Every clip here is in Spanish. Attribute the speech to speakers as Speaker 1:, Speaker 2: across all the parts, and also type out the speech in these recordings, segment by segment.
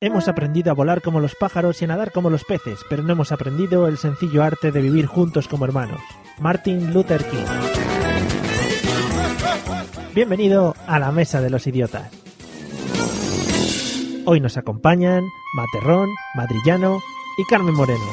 Speaker 1: Hemos aprendido a volar como los pájaros y a nadar como los peces, pero no hemos aprendido el sencillo arte de vivir juntos como hermanos. Martin Luther King. Bienvenido a la Mesa de los Idiotas. Hoy nos acompañan Materrón, Madrillano y Carmen Moreno.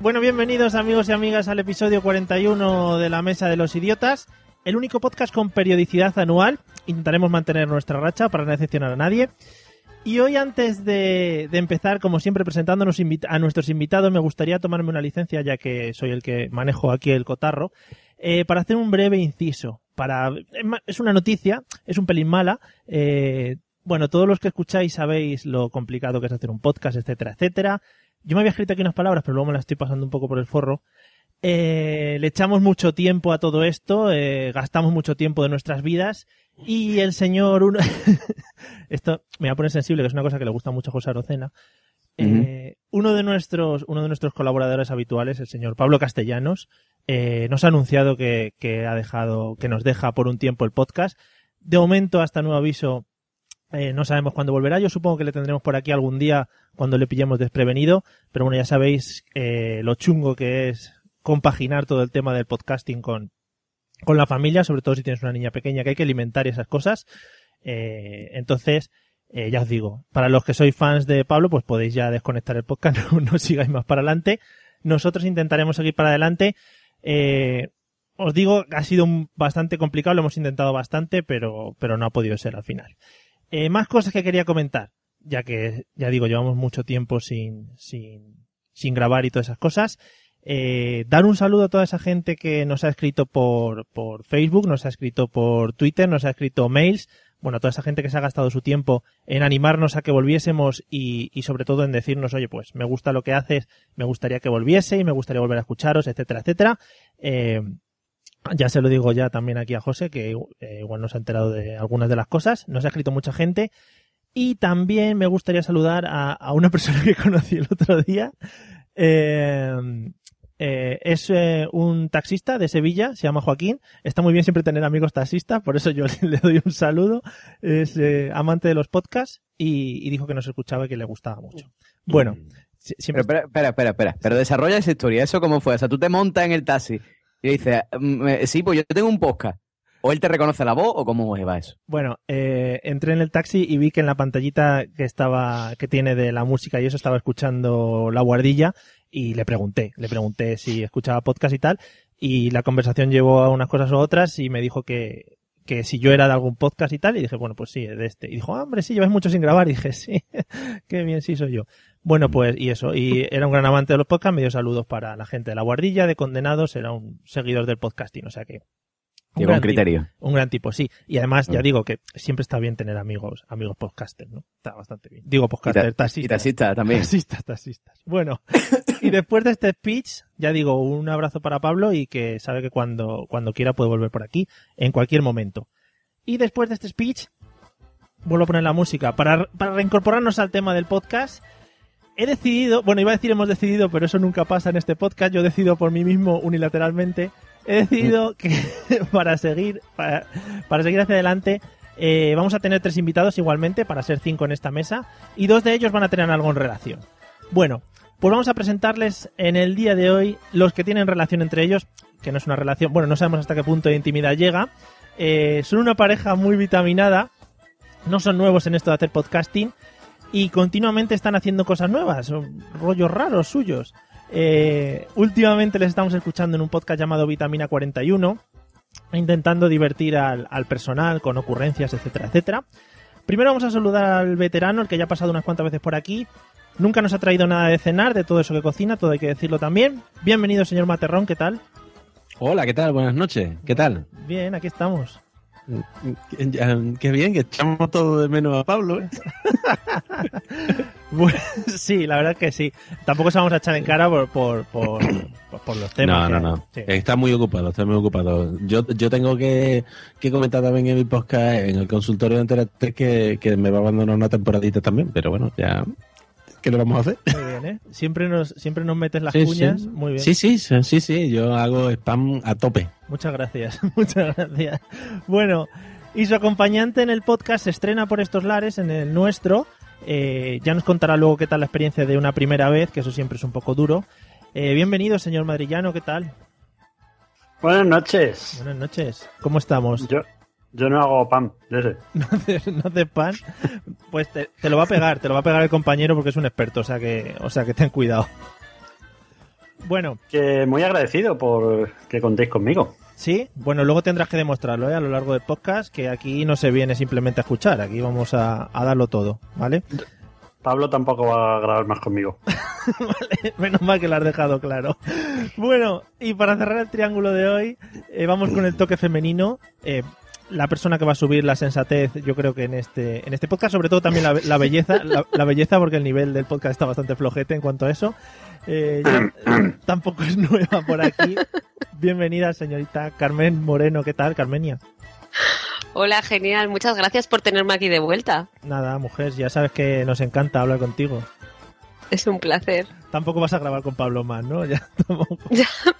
Speaker 1: Bueno, bienvenidos amigos y amigas al episodio 41 de la Mesa de los Idiotas, el único podcast con periodicidad anual. Intentaremos mantener nuestra racha para no decepcionar a nadie. Y hoy antes de, de empezar, como siempre, presentándonos invita- a nuestros invitados, me gustaría tomarme una licencia, ya que soy el que manejo aquí el cotarro, eh, para hacer un breve inciso. Para, es ma- es una noticia, es un pelín mala. eh, bueno, todos los que escucháis sabéis lo complicado que es hacer un podcast, etcétera, etcétera. Yo me había escrito aquí unas palabras, pero luego me las estoy pasando un poco por el forro. Eh, le echamos mucho tiempo a todo esto, eh, gastamos mucho tiempo de nuestras vidas y el señor... uno- esto me va a poner sensible, que es una cosa que le gusta mucho a José Arocena. Eh, uno, de nuestros, uno de nuestros colaboradores habituales, el señor Pablo Castellanos, eh, nos ha anunciado que, que ha dejado, que nos deja por un tiempo el podcast. De momento, hasta nuevo aviso, eh, no sabemos cuándo volverá. Yo supongo que le tendremos por aquí algún día cuando le pillemos desprevenido. Pero bueno, ya sabéis eh, lo chungo que es compaginar todo el tema del podcasting con, con la familia, sobre todo si tienes una niña pequeña que hay que alimentar y esas cosas. Eh, entonces, eh, ya os digo, para los que sois fans de Pablo, pues podéis ya desconectar el podcast, no, no sigáis más para adelante. Nosotros intentaremos seguir para adelante. Eh, os digo, ha sido un- bastante complicado, lo hemos intentado bastante, pero, pero no ha podido ser al final. Eh, más cosas que quería comentar, ya que, ya digo, llevamos mucho tiempo sin, sin, sin grabar y todas esas cosas. Eh, dar un saludo a toda esa gente que nos ha escrito por, por Facebook, nos ha escrito por Twitter, nos ha escrito mails. Bueno, a toda esa gente que se ha gastado su tiempo en animarnos a que volviésemos y, y sobre todo en decirnos, oye, pues me gusta lo que haces, me gustaría que volviese y me gustaría volver a escucharos, etcétera, etcétera. Eh, ya se lo digo ya también aquí a José, que eh, igual no se ha enterado de algunas de las cosas. Nos ha escrito mucha gente. Y también me gustaría saludar a, a una persona que conocí el otro día. Eh, eh, es eh, un taxista de Sevilla, se llama Joaquín. Está muy bien siempre tener amigos taxistas, por eso yo le doy un saludo. Es eh, amante de los podcasts y, y dijo que nos escuchaba y que le gustaba mucho. Bueno, si-
Speaker 2: Pero
Speaker 1: siempre...
Speaker 2: espera, espera, espera, espera. Pero desarrolla esa historia. ¿Eso cómo fue? O sea, tú te montas en el taxi y dices, mm, eh, sí, pues yo tengo un podcast. O él te reconoce la voz o cómo va eso.
Speaker 1: Bueno, eh, entré en el taxi y vi que en la pantallita que estaba, que tiene de la música y eso estaba escuchando La Guardilla y le pregunté, le pregunté si escuchaba podcast y tal y la conversación llevó a unas cosas u otras y me dijo que, que si yo era de algún podcast y tal y dije, bueno, pues sí, de este. Y dijo, ah, hombre, sí, llevas mucho sin grabar. Y dije, sí, qué bien, sí soy yo. Bueno, pues y eso, y era un gran amante de los podcasts, me dio saludos para la gente de La Guardilla, de Condenados, era un seguidor del podcasting, o sea que... un
Speaker 2: Llegó un
Speaker 1: gran tipo.
Speaker 2: criterio.
Speaker 1: Un gran tipo, sí. Y además, ya
Speaker 2: Mm.
Speaker 1: digo que siempre está bien tener amigos, amigos podcasters, ¿no? Está bastante bien. Digo pues
Speaker 2: Y,
Speaker 1: podcaster,
Speaker 2: ta-
Speaker 1: taxistas.
Speaker 2: y taxista también.
Speaker 1: Taxistas, taxistas. Bueno, y después de este speech, ya digo, un abrazo para Pablo y que sabe que cuando, cuando quiera puede volver por aquí, en cualquier momento. Y después de este speech, vuelvo a poner la música. Para, para reincorporarnos al tema del podcast, he decidido, bueno, iba a decir hemos decidido, pero eso nunca pasa en este podcast, yo decido por mí mismo unilateralmente, he decidido que para seguir, para, para seguir hacia adelante, eh, vamos a tener tres invitados igualmente, para ser cinco en esta mesa, y dos de ellos van a tener algo en relación. Bueno, pues vamos a presentarles en el día de hoy los que tienen relación entre ellos, que no es una relación, bueno, no sabemos hasta qué punto de intimidad llega. Eh, son una pareja muy vitaminada, no son nuevos en esto de hacer podcasting y continuamente están haciendo cosas nuevas, son rollos raros suyos. Eh, últimamente les estamos escuchando en un podcast llamado Vitamina 41, intentando divertir al, al personal con ocurrencias, etcétera, etcétera. Primero vamos a saludar al veterano, el que ya ha pasado unas cuantas veces por aquí. Nunca nos ha traído nada de cenar, de todo eso que cocina, todo hay que decirlo también. Bienvenido, señor Materrón, ¿qué tal?
Speaker 3: Hola, ¿qué tal? Buenas noches. ¿Qué tal?
Speaker 1: Bien, aquí estamos.
Speaker 3: Qué, qué bien, que echamos todo de menos a Pablo. ¿eh?
Speaker 1: Bueno, sí, la verdad es que sí. Tampoco se vamos a echar en cara por, por, por, por- por los temas.
Speaker 3: No, no, Eh,
Speaker 1: que-
Speaker 3: no.
Speaker 1: sí.
Speaker 3: Está muy ocupado, está muy ocupado. Yo, yo tengo que, que comentar también en mi podcast, en el consultorio de Antena 3, que, que me va a abandonar una temporadita también, pero bueno, ya. ¿Qué le vamos a hacer?
Speaker 1: Muy bien, ¿eh? Siempre nos, siempre nos metes las
Speaker 3: Sí,
Speaker 1: cuñas.
Speaker 3: sí.
Speaker 1: Muy bien.
Speaker 3: Sí, sí, sí, sí, sí, yo hago spam a tope.
Speaker 1: Muchas gracias, muchas gracias. Bueno, y su acompañante en el podcast se estrena por estos lares, en el nuestro. Eh, ya nos contará luego qué tal la experiencia de una primera vez, que eso siempre es un poco duro. Eh, bienvenido, señor madrillano, ¿qué tal?
Speaker 4: Buenas noches.
Speaker 1: Buenas noches. ¿Cómo estamos?
Speaker 4: Yo, yo no hago pan, ya sé.
Speaker 1: no hace pan, pues te, te lo va a pegar, te lo va a pegar el compañero porque es un experto, o sea que, o sea que ten cuidado. Bueno,
Speaker 4: Que muy agradecido por que contéis conmigo.
Speaker 1: sí, bueno, luego tendrás que demostrarlo ¿eh? a lo largo del podcast, que aquí no se viene simplemente a escuchar, aquí vamos a, a darlo todo, ¿vale?
Speaker 4: Pablo tampoco va a grabar más conmigo.
Speaker 1: Menos mal que lo has dejado claro. Bueno, y para cerrar el triángulo de hoy, eh, vamos con el toque femenino. Eh, la persona que va a subir la sensatez, yo creo que en este, en este podcast, sobre todo también la, be- la belleza, la, la belleza, porque el nivel del podcast está bastante flojete en cuanto a eso. Eh, ya- tampoco es nueva por aquí. Bienvenida, señorita Carmen Moreno. ¿Qué tal, Carmenia?
Speaker 5: Hola, genial. Muchas gracias por tenerme aquí de vuelta.
Speaker 1: Nada, mujer, ya sabes que nos encanta hablar contigo.
Speaker 5: Es un placer.
Speaker 1: Tampoco vas a grabar con Pablo más, ¿no? Ya, tampoco.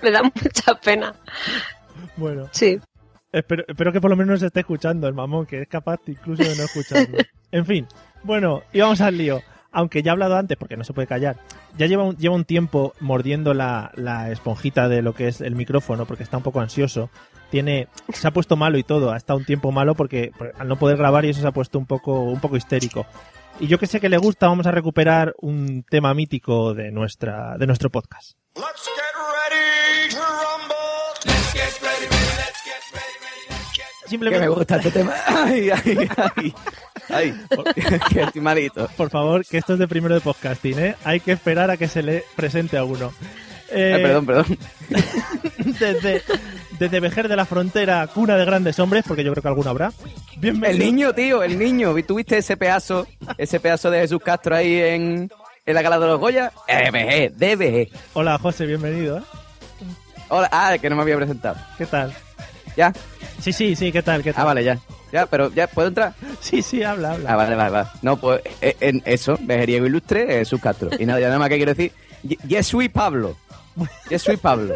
Speaker 5: Me da mucha pena.
Speaker 1: Bueno.
Speaker 5: Sí.
Speaker 1: Espero, espero que por lo menos nos esté escuchando el mamón, que es capaz incluso de no escucharlo. En fin, bueno, y vamos al lío. Aunque ya he hablado antes, porque no se puede callar, ya lleva un, lleva un tiempo mordiendo la, la esponjita de lo que es el micrófono, porque está un poco ansioso. Tiene, se ha puesto malo y todo, ha estado un tiempo malo porque por- al no poder grabar y eso se ha puesto un poco, un poco histérico. Y yo que sé que le gusta, vamos a recuperar un tema mítico de nuestra, de nuestro podcast.
Speaker 6: Let's get ready to rumble. Let's get ready, ready, let's get ready, ready, let's get
Speaker 2: Que
Speaker 1: Simplemente,
Speaker 2: me gusta este tema. Ay, ay, ay. Ay, que estoy malito.
Speaker 1: Por favor, que esto es de primero de podcasting, ¿eh? Hay que esperar a que se le presente a uno. Eh,
Speaker 2: Ay, perdón, perdón.
Speaker 1: Desde, desde Vejer de la Frontera, cuna de grandes hombres, porque yo creo que alguno habrá. Bienvenido.
Speaker 2: El niño, tío, el niño. ¿Vi- ¿Tuviste ese pedazo, ese pedazo de Jesús Castro ahí en, en la gala de los Goya? E DBG, DBG.
Speaker 1: Hola, José, bienvenido. ¿eh?
Speaker 2: Hola, ah, que no me había presentado.
Speaker 1: ¿Qué tal?
Speaker 2: ¿Ya?
Speaker 1: Sí, sí, sí, ¿qué tal? ¿Qué
Speaker 2: Ah,
Speaker 1: tal?
Speaker 2: vale, ya. Ya, pero ya, ¿puedo entrar?
Speaker 1: Sí, sí, habla, habla.
Speaker 2: Ah, vale, vale, vale. No, pues eh, en eso, Vejeriego Ilustre, Jesús Castro. Y nada, ya nada más que quiero decir, ye- yes, soy Pablo. Yes, soy Pablo.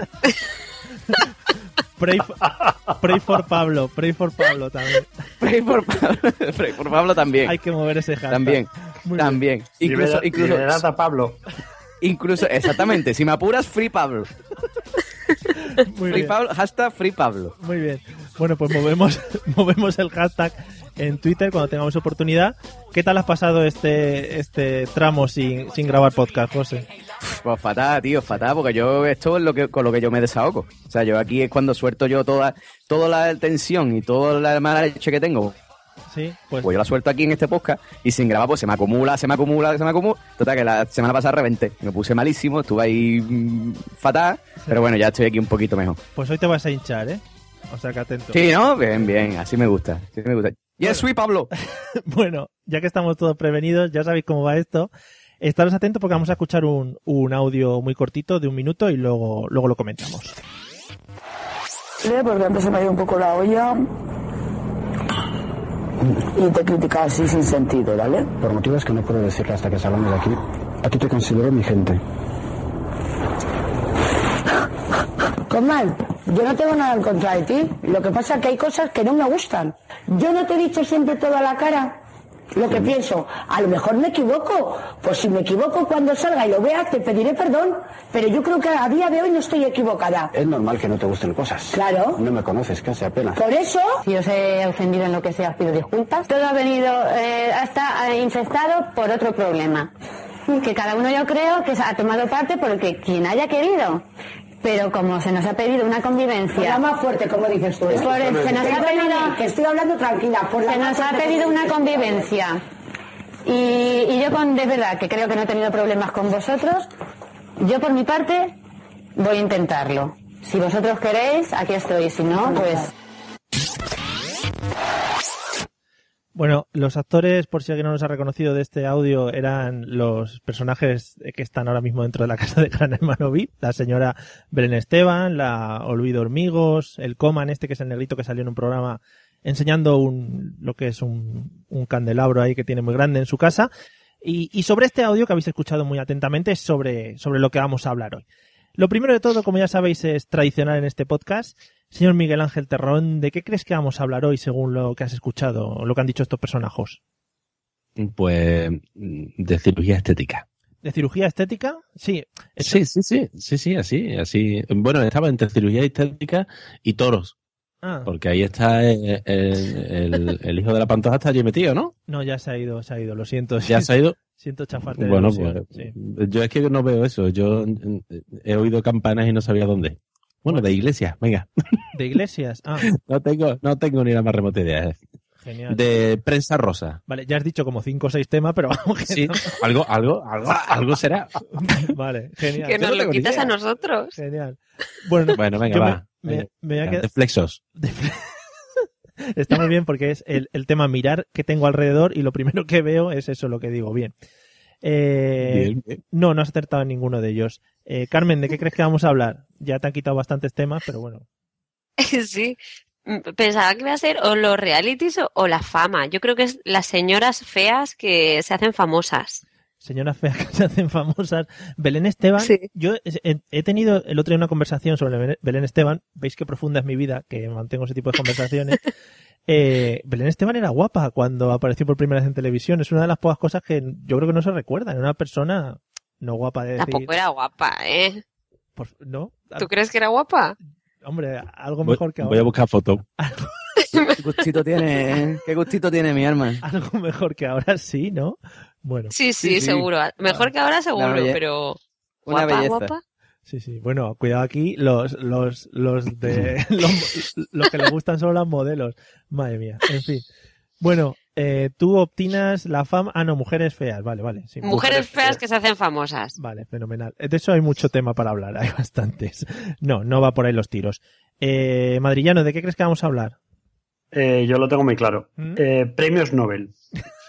Speaker 1: Pray, for, pray for Pablo, pray for Pablo también.
Speaker 2: Pray por Pablo, pray por Pablo también.
Speaker 1: Hay que mover ese hashtag.
Speaker 2: También,
Speaker 1: Muy bien.
Speaker 2: también. Incluso,
Speaker 4: Liberad-
Speaker 2: incluso,
Speaker 4: liberad a Pablo.
Speaker 2: incluso, exactamente. Si me apuras, Free Pablo.
Speaker 1: Muy
Speaker 2: Free
Speaker 1: bien.
Speaker 2: Pablo, hashtag Free Pablo.
Speaker 1: Muy bien. Bueno, pues movemos, movemos el hashtag en Twitter cuando tengamos oportunidad. ¿Qué tal has pasado este, este tramo sin, sin grabar podcast, José?
Speaker 2: Pues fatal, tío, fatal, porque yo esto es lo que con lo que yo me desahogo. O sea, yo aquí es cuando suelto yo toda, toda la tensión y toda la mala leche que tengo.
Speaker 1: Sí, pues
Speaker 2: Pues yo la suelto aquí en este podcast y sin grabar, pues se me acumula, se me acumula, se me acumula. Total, que la semana pasada reventé. Me puse malísimo, estuve ahí mm, fatal, pero bueno, ya estoy aquí un poquito mejor.
Speaker 1: Pues hoy te vas a hinchar, ¿eh? O sea que atento.
Speaker 2: Sí, ¿no? Bien, bien, así me gusta. Así me gusta. Yes, soy Pablo.
Speaker 1: Bueno, ya que estamos todos prevenidos, ya sabéis cómo va esto. Estaros atentos porque vamos a escuchar un, un audio muy cortito de un minuto y luego, luego lo comentamos.
Speaker 7: porque antes se me ha ido un poco la olla y te criticaba así sin sentido, ¿vale?
Speaker 8: Por motivos que no puedo decirlo hasta que salgamos de aquí, a ti te considero mi gente.
Speaker 7: Comal, yo no tengo nada en contra de ti. Lo que pasa es que hay cosas que no me gustan. Yo no te he dicho siempre todo a la cara. lo que pienso. A lo mejor me equivoco. Pues si me equivoco cuando salga y lo veas, te pediré perdón. Pero yo creo que a día de hoy no estoy equivocada.
Speaker 8: Es normal que no te gusten cosas.
Speaker 7: Claro.
Speaker 8: No me conoces casi apenas.
Speaker 7: Por eso.
Speaker 9: Si os he ofendido en lo que sea, os pido disculpas. Todo ha venido eh, hasta eh, infectado por otro problema. Que cada uno yo creo que ha tomado parte por el que quien haya querido. Pero como se nos ha pedido una
Speaker 7: Por Pues la
Speaker 9: convivencia.
Speaker 7: más fuerte, como dices tú. ¿eh?
Speaker 9: Por el- se nos ha
Speaker 7: Perdóname,
Speaker 9: pedido-
Speaker 7: Que estoy hablando tranquila. Por la
Speaker 9: Se
Speaker 7: más
Speaker 9: nos ha
Speaker 7: fuerte,
Speaker 9: pedido
Speaker 7: como
Speaker 9: una
Speaker 7: dices tú.
Speaker 9: convivencia. Y, y yo con, de verdad, que creo que no he tenido problemas con vosotros, yo por mi parte voy a intentarlo. Si vosotros queréis, aquí estoy. Si no, pues...
Speaker 1: Bueno, los actores, por si alguien no los ha reconocido de este audio, eran los personajes que están ahora mismo dentro de la casa de Gran Hermano VIP. La señora Belén Esteban, la Olvido Hormigos, el Coman, este que es el negrito que salió en un programa enseñando un, lo que es un, un candelabro ahí que tiene muy grande en su casa. Y, y sobre este audio que habéis escuchado muy atentamente es sobre, sobre lo que vamos a hablar hoy. Lo primero de todo, como ya sabéis, es tradicional en este podcast. Señor Miguel Ángel Terrón, ¿de qué crees que vamos a hablar hoy según lo que has escuchado o lo que han dicho estos personajes?
Speaker 3: Pues de cirugía estética.
Speaker 1: ¿De cirugía estética? Sí. esto-
Speaker 3: Sí, sí, sí, sí, sí, así, así. Bueno, estaba entre cirugía estética y toros,
Speaker 1: Ah,
Speaker 3: porque ahí está el, el- el- el hijo de la pantoja está allí metido, ¿no?
Speaker 1: no, ya se ha ido, se ha ido, lo siento.
Speaker 3: Ya se ha ido.
Speaker 1: Siento chafarte. de
Speaker 3: Bueno, pues
Speaker 1: ilusión, sí.
Speaker 3: yo es que no veo eso. Yo mm, he oído campanas y no sabía dónde. Bueno, de iglesias, venga.
Speaker 1: De iglesias. Ah,
Speaker 3: No tengo, no tengo ni la más remota idea. eh.
Speaker 1: genial.
Speaker 3: De prensa rosa.
Speaker 1: Vale, ya has dicho como cinco o seis temas, pero vamos que
Speaker 3: Sí, algo, algo, algo, algo será.
Speaker 1: no. Vale, genial.
Speaker 5: Que
Speaker 3: no
Speaker 5: nos lo
Speaker 3: tengo ni
Speaker 5: quitas
Speaker 3: idea.
Speaker 5: a nosotros.
Speaker 1: Genial. Bueno,
Speaker 3: Bueno, venga,
Speaker 1: yo me-
Speaker 3: va.
Speaker 1: me,
Speaker 3: Venga,
Speaker 1: me voy a
Speaker 3: venga,
Speaker 1: quedar-
Speaker 3: de flexos.
Speaker 1: Está muy bien porque es el, el tema mirar qué tengo alrededor y lo primero que veo es eso lo que digo. Bien. Eh,
Speaker 3: Bien, bien.
Speaker 1: No, no has acertado en ninguno de ellos. Eh, Carmen, ¿de qué crees que vamos a hablar? Ya te han quitado bastantes temas, pero bueno.
Speaker 5: Sí. Pensaba que iba a ser o los realities o, o la fama. Yo creo que es las señoras feas que se hacen famosas.
Speaker 1: Eh, Señoras feas que se hacen famosas. Belén Esteban.
Speaker 5: Sí.
Speaker 1: Yo es- he, he tenido el otro día una conversación sobre Belén- Belén Esteban. Veis qué profunda es mi vida, que mantengo ese tipo de conversaciones. Eh, Belén Esteban era guapa cuando apareció por primera vez en televisión. Es una de las pocas cosas que yo creo que no se recuerdan. Era una persona no guapa de decir.
Speaker 5: Tampoco era guapa, ¿eh?
Speaker 1: Por- no, a-
Speaker 5: ¿Tú crees que era guapa?
Speaker 1: hombre, algo
Speaker 3: Voy,
Speaker 1: mejor que
Speaker 3: voy a
Speaker 1: ahora.
Speaker 3: buscar fotos.
Speaker 2: Qué gustito tiene, ¿eh? Qué gustito tiene mi alma.
Speaker 1: Algo mejor que ahora sí, ¿no? Bueno,
Speaker 5: Sí, sí,
Speaker 2: Sí, sí.
Speaker 5: seguro. Mejor que ahora, seguro,
Speaker 2: belle-
Speaker 5: pero.
Speaker 2: Una
Speaker 5: guapa,
Speaker 2: belleza.
Speaker 5: guapa.
Speaker 1: sí, sí. Bueno, cuidado aquí, los, los, los de los, los que le gustan son los modelos. Madre mía, en fin. Bueno, eh, tú obtinas la fama. Ah, no, mujeres feas, vale, vale. sí,
Speaker 5: Mujeres feas que se hacen famosas.
Speaker 1: Vale, fenomenal. De eso hay mucho tema para hablar, hay bastantes. No, no va por ahí los tiros. Eh, Madrillano, ¿de qué crees que vamos a hablar?
Speaker 4: Eh, yo lo tengo muy claro.
Speaker 1: ¿Mm?
Speaker 4: Eh, premios Nobel.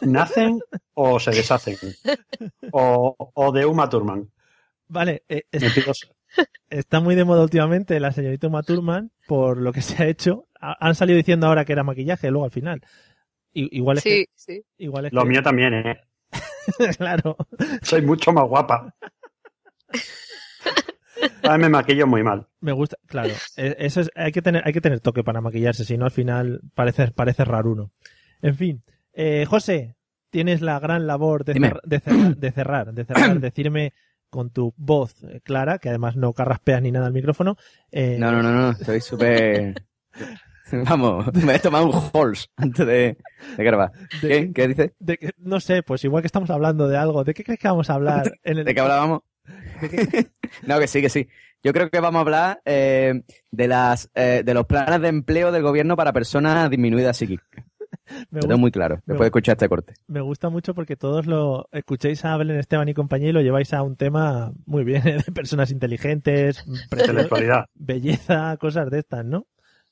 Speaker 4: ¿Nacen o se deshacen? O, o de Uma Thurman.
Speaker 1: Vale, eh, es-
Speaker 4: Me pido-
Speaker 1: está muy de moda últimamente la señorita Uma Thurman por lo que se ha hecho. Ha- Han salido diciendo ahora que era maquillaje, luego al final. I- Igual es
Speaker 5: Sí, sí.
Speaker 1: que, igual es
Speaker 4: Lo
Speaker 1: que-
Speaker 4: mío también, ¿eh?
Speaker 1: claro.
Speaker 4: Soy mucho más guapa. Ahora me maquillo muy mal.
Speaker 1: Me gusta, claro. eh, Eso es, hay que tener, hay que tener toque para maquillarse, si no al final parece, parece raro uno. En fin, eh, José, tienes la gran labor de,
Speaker 2: Dime.
Speaker 1: cer- de, cerrar, de cerrar, de cerrar, decirme con tu voz eh, clara, que además no carraspeas ni nada al micrófono. eh,
Speaker 2: No, no, no, no. Estoy súper. Vamos, me he tomado un Halls antes de, de grabar.
Speaker 1: de-
Speaker 2: ¿Qué? ¿Qué dices?
Speaker 1: de que- no sé, pues igual que estamos hablando de algo, ¿de qué crees que vamos a hablar? En el-
Speaker 2: ¿De qué hablábamos? no, que sí, que sí. Yo creo que vamos a hablar eh, de las eh, de los planes de empleo del gobierno para personas disminuidas psíquicas.
Speaker 1: me,
Speaker 2: Lo
Speaker 1: gusta,
Speaker 2: tengo muy claro, después de escuchar este corte.
Speaker 1: me gusta mucho porque todos lo escuchéis a Belén Esteban y compañía y lo lleváis a un tema muy bien, ¿eh? de personas inteligentes, preciosas.
Speaker 4: Intelectualidad.
Speaker 1: belleza, cosas de estas, ¿no?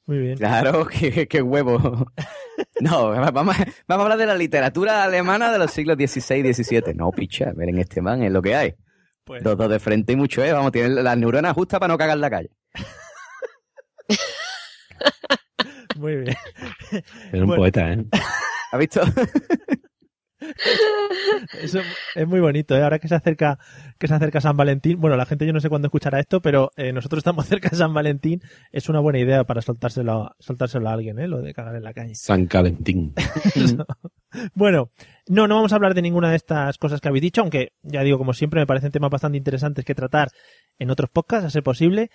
Speaker 1: Muy bien.
Speaker 2: Claro, qué, qué huevo. No, vamos, a- vamos a hablar de la literatura alemana de los siglos XVI y XVII. No, picha, miren este man, es lo que hay.
Speaker 1: Pues,
Speaker 2: Dos, dos de frente y mucho, ¿eh? Vamos, tienen las neuronas justas para no cagar en la calle.
Speaker 1: muy bien.
Speaker 3: Era un
Speaker 1: Bueno.
Speaker 3: poeta, ¿eh?
Speaker 2: ¿Has visto?
Speaker 1: Eso es muy bonito, ¿eh? Ahora que se acerca que se acerca San Valentín, bueno, la gente yo no sé cuándo escuchará esto, pero eh, nosotros estamos cerca de San Valentín, es una buena idea para soltárselo, soltárselo a alguien, ¿eh? Lo de cagar en la calle.
Speaker 3: San Calentín.
Speaker 1: Bueno, no, no vamos a hablar de ninguna de estas cosas que habéis dicho, aunque ya digo, como siempre, me parecen temas bastante interesantes que tratar en otros podcasts, a ser posible.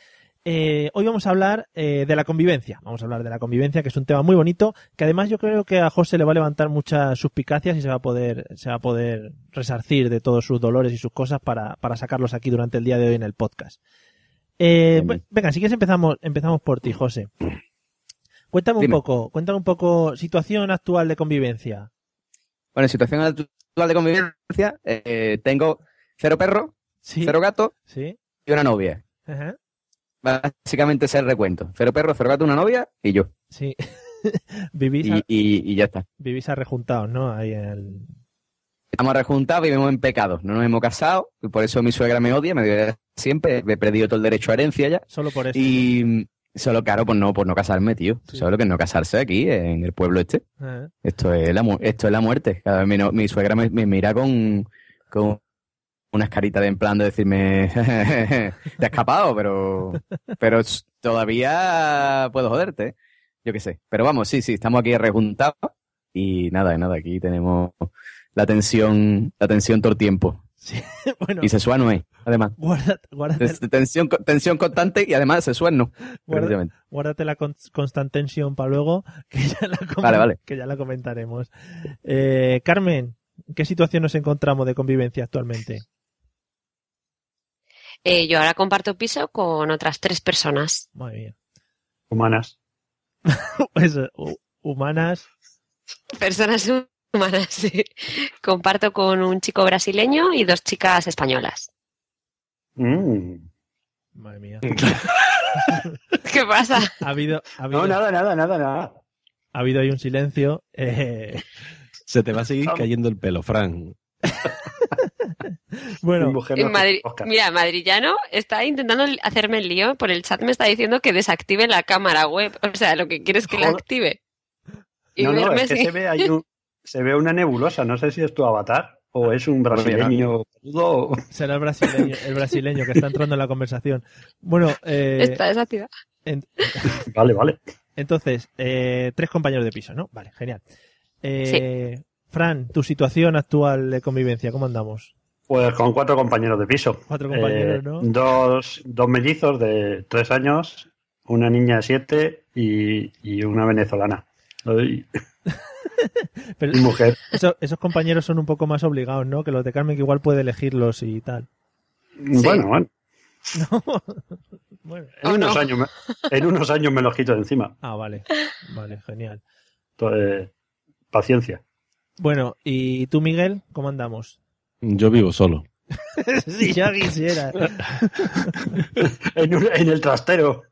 Speaker 1: Eh, hoy vamos a hablar eh, de la convivencia. Vamos a hablar de la convivencia, que es un tema muy bonito, que además yo creo que a José le va a levantar muchas suspicacias y se va a poder, se va a poder resarcir de todos sus dolores y sus cosas para, para sacarlos aquí durante el día de hoy en el podcast. Eh, ve- venga, si quieres empezamos, empezamos por ti, José. Cuéntame
Speaker 2: Dime.
Speaker 1: un poco, cuéntame un poco situación actual de convivencia.
Speaker 2: Bueno, situación actual de convivencia, eh, tengo cero perro, cero gato
Speaker 1: ¿Sí?
Speaker 2: y una novia.
Speaker 1: Ajá.
Speaker 2: Básicamente ese es el recuento. Cero perro, cero gato, una novia y yo.
Speaker 1: Sí. vivís,
Speaker 2: Y,
Speaker 1: a,
Speaker 2: y- y ya está.
Speaker 1: vivís arrejuntados, ¿no? Ahí en el...
Speaker 2: Estamos rejuntados, vivimos en pecado. No nos hemos casado, y por eso mi suegra me odia, me odia siempre. He perdido todo el derecho a herencia ya.
Speaker 1: Solo por eso.
Speaker 2: Y mm, solo, claro, por no, por no casarme, tío. Tú sabes lo que es no casarse aquí, en el pueblo este.
Speaker 1: Ajá.
Speaker 2: Esto es la, mu- esto es la muerte. Cada vez mi, no- mi suegra me, me mira con, con unas caritas de en plan de decirme, te has escapado, pero, pero s- todavía puedo joderte. ¿eh? Yo qué sé. Pero vamos, sí, sí, estamos aquí rejuntados y nada, nada, aquí tenemos la tensión, la tensión todo el tiempo.
Speaker 1: bueno.
Speaker 2: Y sexual no es, además.
Speaker 1: Guarda- guárdate,
Speaker 2: Es Tensión, co- tensión constante y además sexual no.
Speaker 1: Guarda-
Speaker 2: precisamente.
Speaker 1: guárdate la con- constante tensión para luego, que ya la, comen-
Speaker 2: Vale, vale.
Speaker 1: que ya la comentaremos. Eh, Carmen, ¿en ¿qué situación nos encontramos de convivencia actualmente?
Speaker 5: Eh, yo ahora comparto piso con otras tres personas.
Speaker 1: Muy bien.
Speaker 4: Humanas.
Speaker 1: Pues, hu- humanas.
Speaker 5: Personas humanas, sí. Comparto con un chico brasileño y dos chicas españolas.
Speaker 4: Mm.
Speaker 1: Madre mía.
Speaker 5: ¿Qué pasa?
Speaker 1: Ha habido, ha habido,
Speaker 4: No, nada, nada, nada, nada.
Speaker 1: ha habido ahí un silencio. eh,
Speaker 3: Se te va a seguir cayendo el pelo, Fran.
Speaker 1: bueno,
Speaker 5: En Madrid, mira, Madrillano está intentando hacerme el lío. Por el chat me está diciendo que desactive la cámara web. O sea, lo que quieres es que la
Speaker 4: Joder.
Speaker 5: active. Y
Speaker 4: No, no,
Speaker 5: verme
Speaker 4: es que
Speaker 5: así.
Speaker 4: se ve, ahí un- se ve una nebulosa. No sé si es tu avatar o es un brasileño crudo. o-
Speaker 1: será el brasileño, el brasileño que está entrando en la conversación. Bueno, eh,
Speaker 5: Está desactivada.
Speaker 1: en-
Speaker 4: Vale, vale.
Speaker 1: entonces, eh, tres compañeros de piso, ¿no? Vale, genial. Eh, Fran, tu situación actual de convivencia, ¿cómo andamos?
Speaker 4: Pues con cuatro compañeros de piso.
Speaker 1: Cuatro compañeros,
Speaker 4: Eh,
Speaker 1: ¿no?
Speaker 4: Dos, dos mellizos de tres años, una niña de siete y, y una venezolana. Ay,
Speaker 1: Pero-
Speaker 4: y mujer.
Speaker 1: Eso- esos compañeros son un poco más obligados, ¿no? Que los de Carmen que igual puede elegirlos y tal.
Speaker 4: Bueno, bueno.
Speaker 1: Bueno.
Speaker 5: Oh,
Speaker 4: En, unos años me, en unos años me los quito de encima.
Speaker 1: Ah, vale. Vale, genial.
Speaker 4: Entonces, paciencia.
Speaker 1: Bueno, ¿y tú, Miguel? ¿Cómo andamos?
Speaker 3: Yo vivo solo.
Speaker 1: si yo quisiera.
Speaker 4: En, un- en el trastero.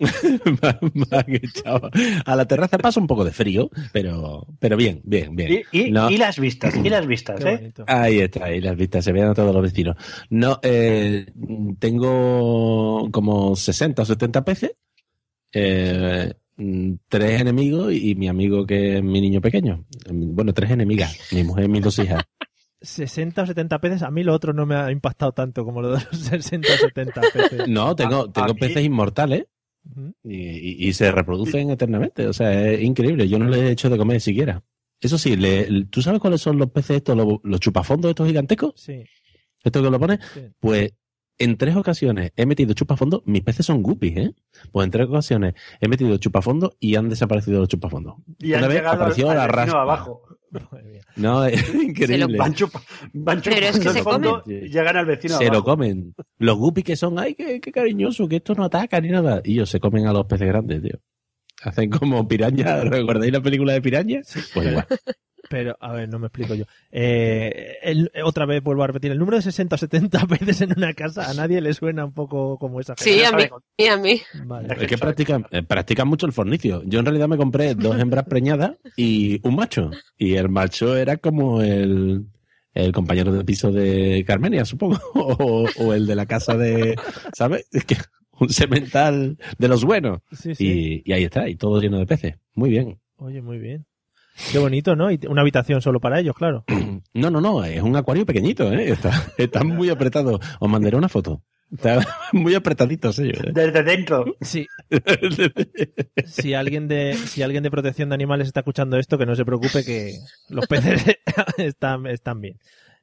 Speaker 3: Me han echado a la terraza pasa un poco de frío, pero, pero bien, bien, bien.
Speaker 4: Y, y-
Speaker 3: No.
Speaker 4: y las vistas, y las vistas,
Speaker 1: Qué
Speaker 4: ¿eh?
Speaker 1: bonito.
Speaker 3: Ahí está, ahí las vistas, se vean a todos los vecinos. No, eh, tengo como 60 o 70 peces, eh, mm, tres enemigos y mi amigo que es mi niño pequeño. Em, Bueno, tres enemigas, mi mujer y mis dos hijas.
Speaker 1: 60 o 70 peces. A mí lo otro no me ha impactado tanto como lo de los 60 o 70 peces.
Speaker 3: No, tengo, tengo
Speaker 4: mí-
Speaker 3: peces inmortales
Speaker 1: Ujú.
Speaker 3: y, y- y se reproducen eternamente. O sea, es increíble. Yo no les he hecho de comer siquiera. Eso sí, le- ¿tú sabes cuáles son los peces estos, los, los chupafondos estos gigantescos?
Speaker 1: Sí.
Speaker 3: Esto que lo pones,
Speaker 1: Sí.
Speaker 3: pues en tres ocasiones he metido chupafondos, mis peces son guppies, ¿eh? Pues en tres ocasiones he metido chupafondos y han desaparecido los chupafondos.
Speaker 4: Y
Speaker 3: Una
Speaker 4: han
Speaker 3: vez
Speaker 4: llegado al-
Speaker 3: apareció
Speaker 4: al
Speaker 3: la
Speaker 4: vecino
Speaker 3: raspa.
Speaker 4: abajo.
Speaker 1: Madre mía.
Speaker 3: No, es increíble.
Speaker 4: Van, chupa- van
Speaker 5: Pero es que
Speaker 4: chupando
Speaker 5: se
Speaker 4: el fondo
Speaker 3: comen.
Speaker 4: y llegan al vecino
Speaker 3: Se
Speaker 4: abajo.
Speaker 3: lo comen. Los guppies que son, ay, qué, qué cariñoso, que esto no ataca ni nada. Y ellos se comen a los peces grandes, tío. Hacen como piraña. ¿Recordáis la película de piraña? Pues igual.
Speaker 1: Pero, a ver, no me explico yo. Eh, el- otra vez vuelvo a repetir. El número de 60 o 70 peces en una casa a nadie le suena un poco como esa.
Speaker 5: Sí, a mí,
Speaker 4: sabe con-
Speaker 5: y a mí.
Speaker 1: Vale.
Speaker 3: Es que practican, eh, practican mucho el fornicio. Yo en realidad me compré dos hembras preñadas y un macho. Y el macho era como el, el compañero de piso de Carmenia, supongo. O, o el de la casa de, ¿sabes? Es que un semental de los buenos.
Speaker 1: Sí, sí.
Speaker 3: Y, y ahí está, y todo lleno de peces. Muy bien.
Speaker 1: Oye, muy bien. Qué bonito, ¿no? Y una habitación solo para ellos, claro.
Speaker 3: No, no, no, es un acuario pequeñito, ¿eh? Está, está muy apretado. Os mandaré una foto. Está muy apretadito, sí. ¿eh?
Speaker 4: Desde dentro.
Speaker 1: Sí. Si alguien de si alguien de protección de animales está escuchando esto, que no se preocupe que los peces están, están bien.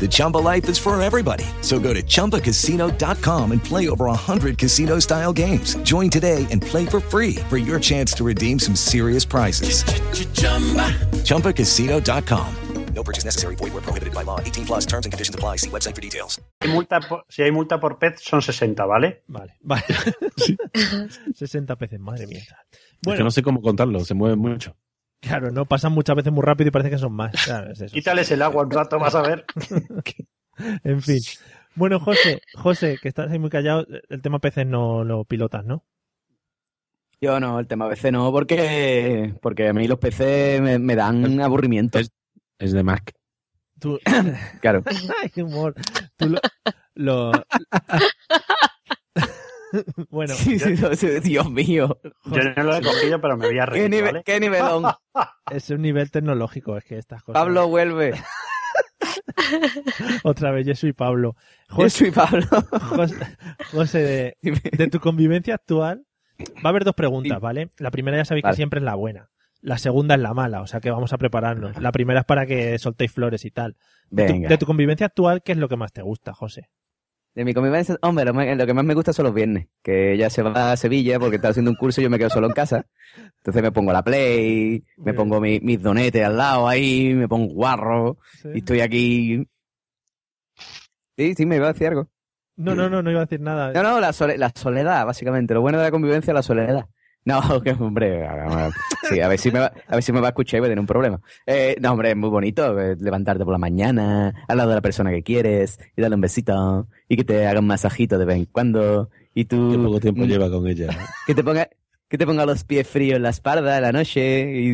Speaker 10: The Chumba life is for everybody. So go to ChumbaCasino.com and play over 100 casino style games. Join today and play for free for your chance to redeem some serious prizes. ChumbaCasino.com.
Speaker 11: No purchase necessary. Void were prohibited by law. 18 plus terms and conditions apply. See website for details.
Speaker 4: Si hay multa por, si hay multa por pez, son 60, ¿vale?
Speaker 1: Vale, vale. 60 peces, madre mía.
Speaker 3: Es que no sé cómo contarlo, se mueve mucho.
Speaker 1: Claro, no pasan muchas veces muy rápido y parece que son más. Claro, es eso.
Speaker 4: Quítales el agua un rato, vas a ver.
Speaker 1: En fin. Bueno, José, José, que estás ahí muy callado, el tema peces no lo pilotas, ¿no?
Speaker 2: Yo no, el tema PC no, porque, porque a mí los PC me, me dan aburrimiento. Es,
Speaker 3: de Mac.
Speaker 1: Tú...
Speaker 2: Claro.
Speaker 1: Ay, qué humor. Tú lo... lo- bueno,
Speaker 2: Sí, sí, sí, sí, Dios mío.
Speaker 4: Yo no lo he cogido, pero me voy a
Speaker 2: ¿Qué,
Speaker 4: reír,
Speaker 2: nivel,
Speaker 4: ¿vale?
Speaker 2: qué nivelón.
Speaker 1: es un nivel tecnológico, es que estas cosas...
Speaker 2: Pablo, vuelve.
Speaker 1: Otra vez, yo soy Pablo.
Speaker 2: Yo soy Pablo.
Speaker 1: José, José, de, de tu convivencia actual, va a haber dos preguntas, ¿vale? La primera ya sabéis
Speaker 2: Vale.
Speaker 1: que siempre es la buena. La segunda es la mala, o sea que vamos a prepararnos. La primera es para que soltéis flores y tal. De tu,
Speaker 2: Venga.
Speaker 1: de tu convivencia actual, ¿qué es lo que más te gusta, José?
Speaker 2: De mi convivencia, hombre, lo, ma- lo que más me gusta son los viernes, que ella se va a Sevilla porque está haciendo un curso y yo me quedo solo en casa. Entonces me pongo la play, me pongo mi- mis donetes al lado ahí, me pongo guarro y estoy aquí. Sí, sí, me iba a decir algo.
Speaker 1: No, no, no, no iba a decir nada.
Speaker 2: Mm. No, no, la, sole- la soledad, básicamente. Lo bueno de la convivencia es la soledad. No, que hombre, a, a- sí, a ver si me va, a ver si me va a escuchar y voy a tener un problema. Eh, no, hombre, es muy bonito eh, levantarte por la mañana, al lado de la persona que quieres, y darle un besito, y que te haga un masajito de vez en cuando, y tú...
Speaker 3: Qué poco tiempo
Speaker 2: mm,
Speaker 3: lleva con ella. ¿eh?
Speaker 2: Que te ponga, que te ponga los pies fríos en la espalda en la noche, y,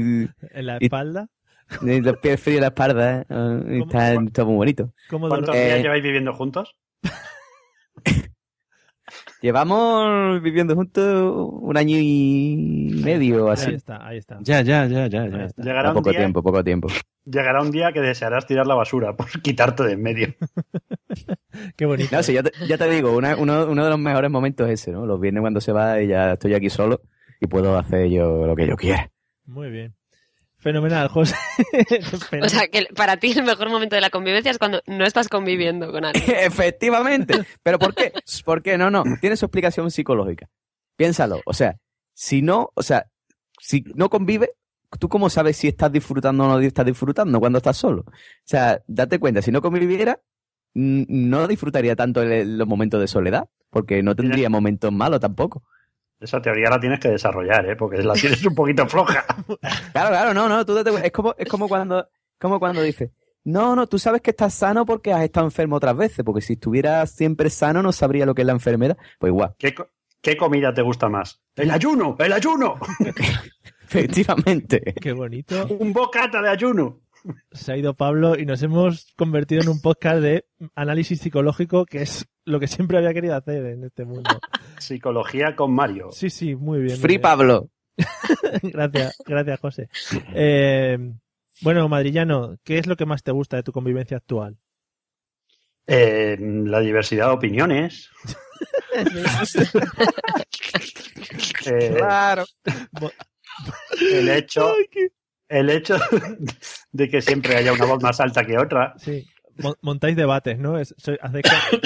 Speaker 1: ¿En la
Speaker 2: y-
Speaker 1: espalda?
Speaker 2: y los pies fríos en la espalda, eh, y
Speaker 1: ¿Cómo?
Speaker 2: está, está muy bonito.
Speaker 1: ¿Cómo
Speaker 4: ¿Cuántos
Speaker 2: Eh,
Speaker 4: días lleváis viviendo juntos?
Speaker 2: Llevamos viviendo juntos un año y medio,
Speaker 1: Ahí
Speaker 2: así.
Speaker 1: está, ahí está.
Speaker 3: Ya, ya, ya, ya, ya.
Speaker 4: Llegará un
Speaker 2: poco
Speaker 4: día-
Speaker 2: tiempo, poco tiempo.
Speaker 4: Llegará un día que desearás tirar la basura por quitarte de en medio.
Speaker 1: Qué bonito.
Speaker 2: No, sí, ya te, ya te digo, una- uno, uno de los mejores momentos es ese, ¿no? Los viernes cuando se va y ya estoy aquí solo y puedo hacer yo lo que yo quiera.
Speaker 1: Muy bien. Fenomenal, José.
Speaker 5: O sea, que para ti el mejor momento de la convivencia es cuando no estás conviviendo con alguien.
Speaker 2: Efectivamente. ¿Pero por qué? ¿Por qué? No, no. Tiene su explicación psicológica. Piénsalo. O sea, si no, o sea, si no convive, ¿tú cómo sabes si estás disfrutando o no estás disfrutando cuando estás solo? O sea, date cuenta, si no conviviera, mm, no disfrutaría tanto el- los momentos de soledad, porque no tendría momentos malos tampoco.
Speaker 4: Esa teoría la tienes que desarrollar, ¿eh? Porque la tienes un poquito floja.
Speaker 2: Claro, claro, no, no, tú date cuenta. Es como, es como cuando, como cuando dices, no, no, tú sabes que estás sano porque has estado enfermo otras veces, porque si estuvieras siempre sano no sabría lo que es la enfermedad. Pues igual,
Speaker 4: ¿Qué, co- qué comida te gusta más? ¡El ayuno! ¡El ayuno!
Speaker 2: efectivamente.
Speaker 1: Qué bonito.
Speaker 4: ¡Un bocata de ayuno!
Speaker 1: Se ha ido Pablo y nos hemos convertido en un podcast de análisis psicológico, que es lo que siempre había querido hacer en este mundo.
Speaker 4: Psicología con Mario.
Speaker 1: Sí, sí, muy bien. muy
Speaker 2: Free
Speaker 1: bien.
Speaker 2: Pablo.
Speaker 1: Gracias, gracias, José. Eh, bueno, madrillano, ¿qué es lo que más te gusta de tu convivencia actual?
Speaker 4: Eh, la diversidad de opiniones. Eh,
Speaker 2: Claro.
Speaker 4: el hecho, el hecho de que siempre haya una voz más alta que otra.
Speaker 1: Sí, mon- montáis debates, ¿no? Es- soy- hacéis co-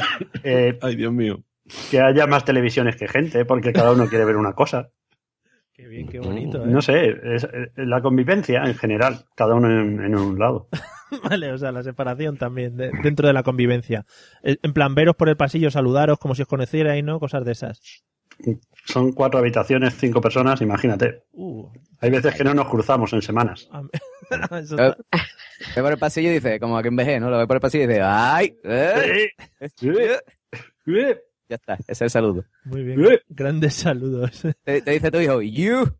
Speaker 4: eh,
Speaker 3: Ay, Dios mío.
Speaker 4: que haya más televisiones que gente, porque cada uno quiere ver una cosa. Mm,
Speaker 1: qué bien, qué bonito. ¿eh?
Speaker 4: No sé, es- eh, la convivencia en general, cada uno en, en un lado.
Speaker 1: Vale, o sea, la separación también de- dentro de la convivencia. Eh, En plan, veros por el pasillo, saludaros como si os conocierais, ¿no? Cosas de esas.
Speaker 4: Son cuatro habitaciones, cinco personas, imagínate.
Speaker 1: Uh,
Speaker 4: Hay veces que no nos cruzamos en semanas.
Speaker 1: eso
Speaker 2: Ve
Speaker 1: está-
Speaker 2: ve Eh, por el pasillo y dice, como que en vejez, ¿no? Lo ve por el pasillo y dice, ¡ay! eh, eh". Ya está, ese es el saludo.
Speaker 1: Muy bien. Grandes saludos.
Speaker 2: Te, te dice tu hijo, ¡you!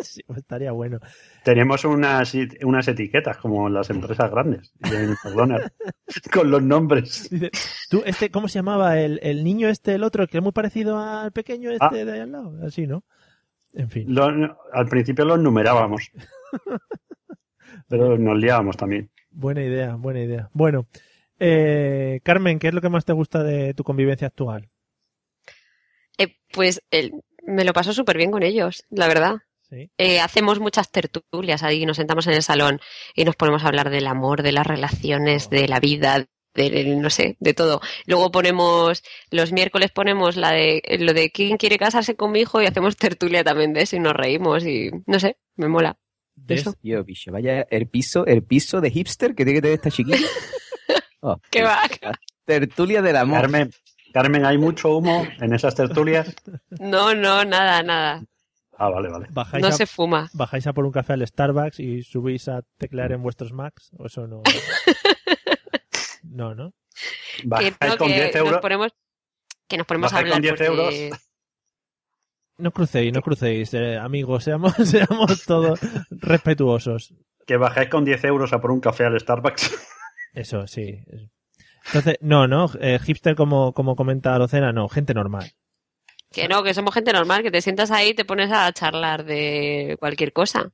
Speaker 1: Sí, pues estaría bueno.
Speaker 4: Tenemos unas, unas etiquetas como las empresas grandes de McDonald's con los nombres.
Speaker 1: Dice, tú, este, ¿cómo se llamaba? El, el niño este, el otro, que es muy parecido al pequeño este de ahí al lado. Así, ¿no? En fin.
Speaker 4: al principio los numerábamos, pero nos liábamos también.
Speaker 1: Buena idea, buena idea. Bueno, eh, Carmen, ¿qué es lo que más te gusta de tu convivencia actual?
Speaker 5: Eh, pues el- me lo paso súper bien con ellos, la verdad.
Speaker 1: Sí.
Speaker 5: Eh, hacemos muchas tertulias ahí, nos sentamos en el salón y nos ponemos a hablar del amor, de las
Speaker 1: Oh.
Speaker 5: relaciones, de la vida, de no sé, de todo. Luego ponemos, los miércoles ponemos la de lo de quién quiere casarse con mi hijo y hacemos tertulia también de eso y nos reímos y no sé, me mola. Eso.
Speaker 2: Tío, bicho, vaya el piso, el piso de hipster que tiene que tener esta chiquilla. Oh,
Speaker 5: ¿Qué va?
Speaker 2: tertulia del amor.
Speaker 4: Carmen, Carmen, hay mucho humo en esas tertulias.
Speaker 5: No, no, nada, nada.
Speaker 4: Ah, vale, vale.
Speaker 1: ¿Bajáis
Speaker 5: No
Speaker 1: a-
Speaker 5: se fuma.
Speaker 1: ¿Bajáis a por un café al Starbucks y subís a teclear en vuestros Macs? ¿O eso no? no, ¿no?
Speaker 4: Bajáis
Speaker 5: que no,
Speaker 4: con
Speaker 5: que
Speaker 4: 10 euros.
Speaker 5: Nos ponemos, que nos ponemos a hablar.
Speaker 4: Bajáis con 10 euros.
Speaker 5: porque-
Speaker 1: No crucéis, no crucéis, eh, amigos. Seamos, seamos todos respetuosos.
Speaker 4: Que bajáis con 10 euros a por un café al Starbucks.
Speaker 1: Eso, sí. Entonces, no, no. eh, hipster, como, como comenta Arocena, no. Gente normal.
Speaker 5: Que no, que somos gente normal, que te sientas ahí y te pones a charlar de cualquier cosa.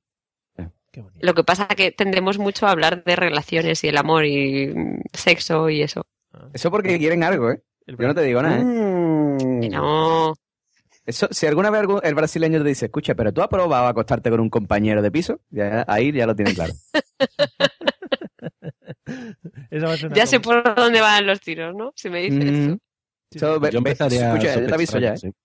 Speaker 5: Lo que pasa es que tendemos mucho a hablar de relaciones y el amor y mm, sexo y eso.
Speaker 2: Eso porque quieren algo, ¿eh? Yo no te digo nada, ¿eh?
Speaker 5: No.
Speaker 2: Eso, si alguna vez algún- el brasileño te dice, escucha, pero tú has probado a acostarte con un compañero de piso, ya- ahí ya lo tienen claro.
Speaker 1: Esa va a ser una
Speaker 5: Ya sé
Speaker 1: com-
Speaker 5: por dónde van los tiros, ¿no? Si me dices
Speaker 2: Mm.
Speaker 5: eso.
Speaker 2: So, ve-
Speaker 3: Yo
Speaker 2: ve-
Speaker 3: empezaría
Speaker 2: escucha, yo te
Speaker 3: súper
Speaker 2: aviso ya,
Speaker 3: extraño,
Speaker 2: ¿eh?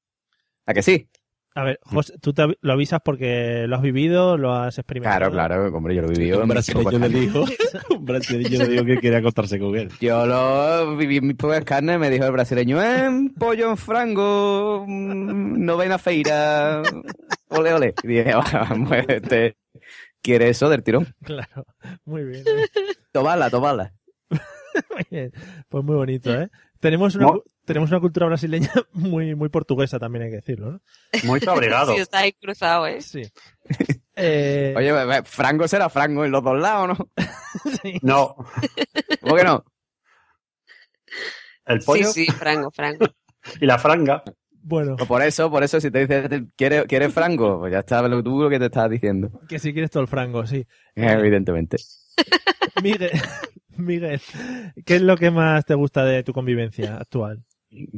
Speaker 2: ¿A que sí?
Speaker 1: A ver, José, tú te av- lo avisas porque lo has vivido, lo has experimentado.
Speaker 2: Claro, claro, hombre, yo lo viví.
Speaker 3: Un brasileño le dijo, un brasileño le dijo que quiere acostarse con él.
Speaker 2: Yo lo viví en mis propias carnes, me dijo el brasileño, "Eh, pollo en frango, mm, novena feira, ole, ole. Y dije, vamos, este quiere eso del tirón.
Speaker 1: Claro. Muy bien.
Speaker 2: Tomala, tomala.
Speaker 1: Muy bien. Pues muy bonito, ¿eh? Tenemos una, cu- tenemos una cultura brasileña muy, muy portuguesa, también hay que decirlo, ¿no?
Speaker 4: Muy
Speaker 5: Sí, está ahí cruzado, ¿eh?
Speaker 1: Sí. Eh,
Speaker 2: Oye, ve- ve, frango será frango en los dos lados, ¿no?
Speaker 4: No,
Speaker 2: ¿Cómo que no?
Speaker 4: el pollo
Speaker 5: Sí, sí, Franco, Franco.
Speaker 4: y la franga.
Speaker 1: Bueno,
Speaker 2: Pues por eso, por eso, si te dice, ¿quieres, ¿quieres frango? Pues ya está lo tú lo que te estás diciendo.
Speaker 1: que si quieres todo el frango, sí.
Speaker 2: Eh, Evidentemente.
Speaker 1: Miguel, Miguel, ¿qué es lo que más te gusta de tu convivencia actual?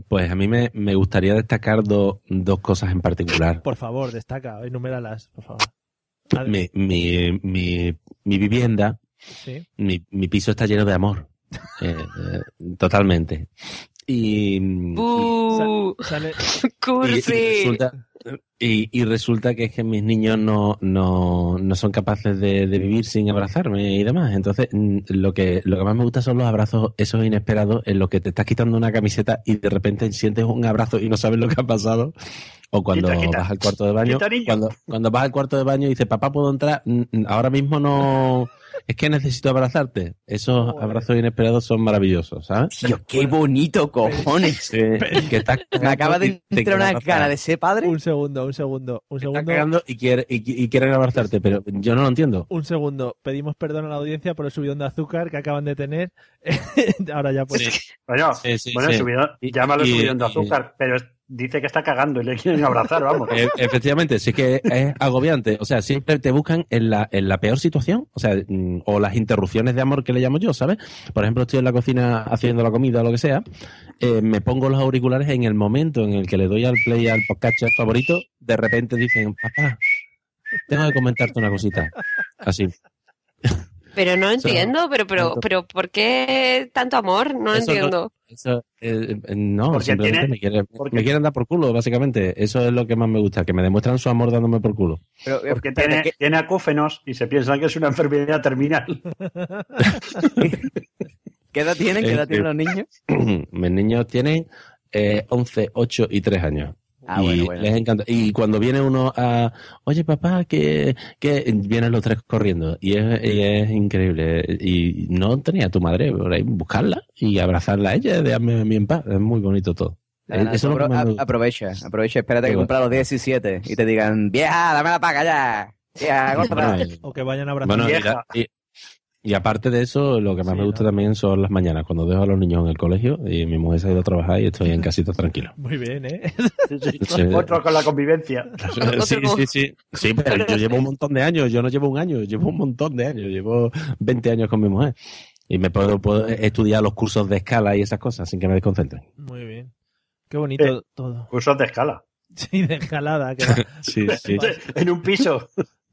Speaker 3: Pues a mí me, me gustaría destacar do- dos cosas en particular.
Speaker 1: Por favor, destaca, enuméralas, por favor. Ad-
Speaker 3: Mi, mi, mi, mi vivienda,
Speaker 1: Sí.
Speaker 3: mi, mi piso está lleno de amor. Eh, eh, totalmente. Y, y-
Speaker 5: ¡Bú!
Speaker 1: Sale-
Speaker 3: y- y
Speaker 5: ¡Cursi!
Speaker 3: resulta, y- y resulta que es que mis niños no, no, no son capaces de, de vivir sin abrazarme y demás. Entonces, mm, lo que, lo que más me gusta son los abrazos, esos inesperados, en los que te estás quitando una camiseta y de repente sientes un abrazo y no sabes lo que ha pasado. O cuando
Speaker 4: Quita, quita.
Speaker 3: vas al cuarto de baño,
Speaker 4: Quita, niño.
Speaker 3: cuando, cuando vas al cuarto de baño y dices, papá, ¿puedo entrar? Mm, mm, Ahora mismo no... Es que necesito abrazarte. Esos abrazos inesperados son maravillosos, ¿sabes?
Speaker 2: Tío, qué bonito, cojones.
Speaker 3: Sí, que estás
Speaker 2: Me acaba de
Speaker 3: y te
Speaker 2: entrar una
Speaker 3: quieren
Speaker 2: gana
Speaker 3: abrazar.
Speaker 2: de ser padre.
Speaker 1: Un segundo, un segundo, un
Speaker 3: Están
Speaker 1: segundo.
Speaker 3: cagando y, quiere- y- y quieren abrazarte, pero yo no lo entiendo.
Speaker 1: Un segundo, pedimos perdón a la audiencia por el subidón de azúcar que acaban de tener. Ahora ya pues.
Speaker 4: Bueno,
Speaker 3: Sí, sí,
Speaker 4: bueno
Speaker 3: sí.
Speaker 4: subidón-
Speaker 3: Y-
Speaker 4: llámalo
Speaker 3: y-
Speaker 4: subidón de
Speaker 3: y-
Speaker 4: azúcar, pero es- dice que está cagando y le quieren abrazar, vamos.
Speaker 3: E- Efectivamente, sí que es agobiante. O sea, siempre te buscan en la, en la peor situación, o sea, mm, o las interrupciones de amor que le llamo yo, ¿sabes? Por ejemplo, estoy en la cocina haciendo la comida o lo que sea, eh, me pongo los auriculares en el momento en el que le doy al play al podcast favorito, de repente dicen, papá, tengo que comentarte una cosita. Así.
Speaker 5: Pero no entiendo, pero, pero,
Speaker 3: tanto-
Speaker 5: pero ¿por qué tanto amor? No lo
Speaker 3: Eso no-
Speaker 5: entiendo.
Speaker 3: Eso, eh, eh, no,
Speaker 4: Porque
Speaker 3: simplemente
Speaker 4: tiene-
Speaker 3: me, quieren,
Speaker 4: porque-
Speaker 3: me quieren dar por culo, básicamente. Eso es lo que más me gusta, que me demuestran su amor dándome por culo.
Speaker 2: eh,
Speaker 4: Porque tiene, tiene acúfenos y se piensa que es una enfermedad terminal.
Speaker 2: ¿Qué edad tienen? ¿Qué edad
Speaker 3: Este-
Speaker 2: tienen los niños?
Speaker 3: Mis niños tienen eh, 11, 8 y 3 años.
Speaker 2: Ah,
Speaker 3: y
Speaker 2: bueno, bueno.
Speaker 3: les encanta. Y cuando viene uno a, oye papá, que, que vienen los tres corriendo. Y es, y es increíble. Y no tenía a tu madre por ahí, buscarla y abrazarla a ella, dejarme a mí en paz. Es muy bonito todo.
Speaker 2: Nada,
Speaker 3: Eh, Eso es lo que
Speaker 2: apro-
Speaker 3: más me
Speaker 2: a-
Speaker 3: gusta.
Speaker 2: aprovecha, aprovecha, espérate que
Speaker 3: Digo-
Speaker 2: cumpla los 17 y te digan, vieja, dame
Speaker 4: Ah,
Speaker 2: la paga ya. Vieja,
Speaker 3: Bueno,
Speaker 2: gorda.
Speaker 3: eh,
Speaker 1: O que vayan a abrazar.
Speaker 3: Bueno, y,
Speaker 1: Vieja.
Speaker 3: y- y aparte de eso, lo que más me gusta también son las mañanas, cuando dejo a los niños en el colegio y mi mujer se ha ido a trabajar y estoy en casita tranquilo.
Speaker 1: Muy bien, ¿eh?
Speaker 3: Sí.
Speaker 4: Otro con la convivencia.
Speaker 3: Sí, sí, sí. Sí, pero yo llevo un montón de años, yo no llevo un año, llevo un montón de años, llevo 20 años con mi mujer. Y me puedo, puedo estudiar los cursos de escala y esas cosas sin que me desconcentren.
Speaker 1: Muy bien. Qué bonito todo.
Speaker 4: Eh, Cursos de escala.
Speaker 1: Sí, de escalada. Que va,
Speaker 3: Sí, sí.
Speaker 4: en un piso.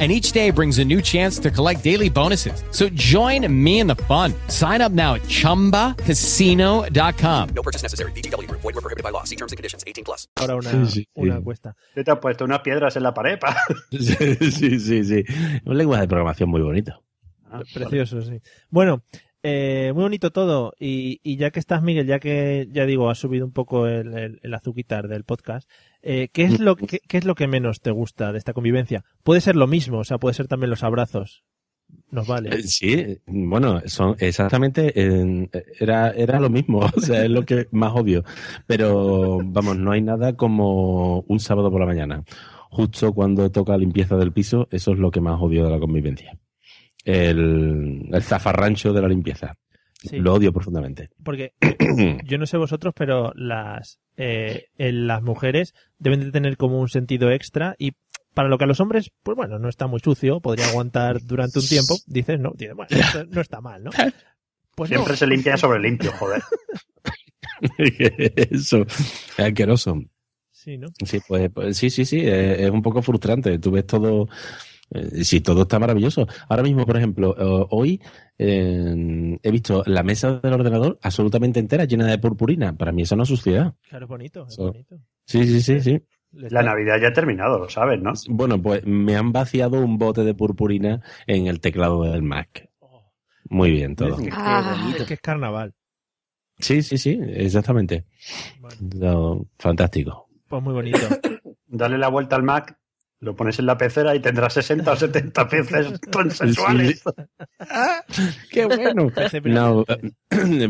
Speaker 12: And each day brings a new chance to collect daily bonuses. So join me in the fun. Sign up now at chumbacasino.com.
Speaker 11: No purchase necessary. VGW Group. Void were prohibited by law. See terms and conditions. 18 plus.
Speaker 1: Ahora una,
Speaker 3: Sí, sí, sí.
Speaker 1: una cuesta.
Speaker 4: ¿Qué te has puesto? Unas piedras en la pared. pa?
Speaker 3: Sí, sí, sí. sí. Un lenguaje de programación muy bonito.
Speaker 1: Ah, Precioso, sí. Bueno, eh, muy bonito todo. Y, y ya que estás, Miguel, ya que, ya digo, has subido un poco el, el, el azuquitar del podcast, eh, ¿qué, es lo, que qué es lo que menos te gusta de esta convivencia? Puede ser lo mismo, o sea, puede ser también los abrazos. Nos vale.
Speaker 3: Eh, Sí, bueno, son exactamente eh, era, era lo mismo, o sea, es lo que más odio. Pero vamos, no hay nada como un sábado por la mañana, justo cuando toca limpieza del piso, eso es lo que más odio de la convivencia. El, el zafarrancho de la limpieza.
Speaker 1: Sí.
Speaker 3: Lo odio profundamente.
Speaker 1: Porque yo no sé vosotros, pero las eh, el- las mujeres deben de tener como un sentido extra y para lo que a los hombres, pues bueno, no está muy sucio, podría aguantar durante un tiempo, dices, no, dices, bueno, esto no está mal, ¿no? Pues no.
Speaker 4: Siempre se limpia sobre limpio, joder.
Speaker 3: eso, es asqueroso.
Speaker 1: Sí, ¿no?
Speaker 3: Sí, pues, pues sí, sí, sí, eh, es un poco frustrante. Tú ves todo, eh, sí, todo está maravilloso. Ahora mismo, por ejemplo, eh, hoy eh, he visto la mesa del ordenador absolutamente entera, llena de purpurina. Para mí eso no es suciedad.
Speaker 1: Claro, es bonito, es
Speaker 3: So-
Speaker 1: bonito.
Speaker 3: Sí, sí, sí, sí.
Speaker 1: Le
Speaker 4: La
Speaker 1: está-
Speaker 4: Navidad ya ha terminado, lo sabes, ¿no?
Speaker 3: Bueno, pues me han vaciado un bote de purpurina en el teclado del Mac.
Speaker 1: Oh.
Speaker 3: Muy bien, todo.
Speaker 1: Es que-
Speaker 5: Ah.
Speaker 1: es que es carnaval.
Speaker 3: Sí, sí, sí, exactamente. No, fantástico.
Speaker 1: Pues muy bonito.
Speaker 4: Dale la vuelta al Mac, lo pones en la pecera y tendrás 60 o 70 peces transexuales.
Speaker 3: ¡Qué bueno!
Speaker 1: Parece
Speaker 3: No,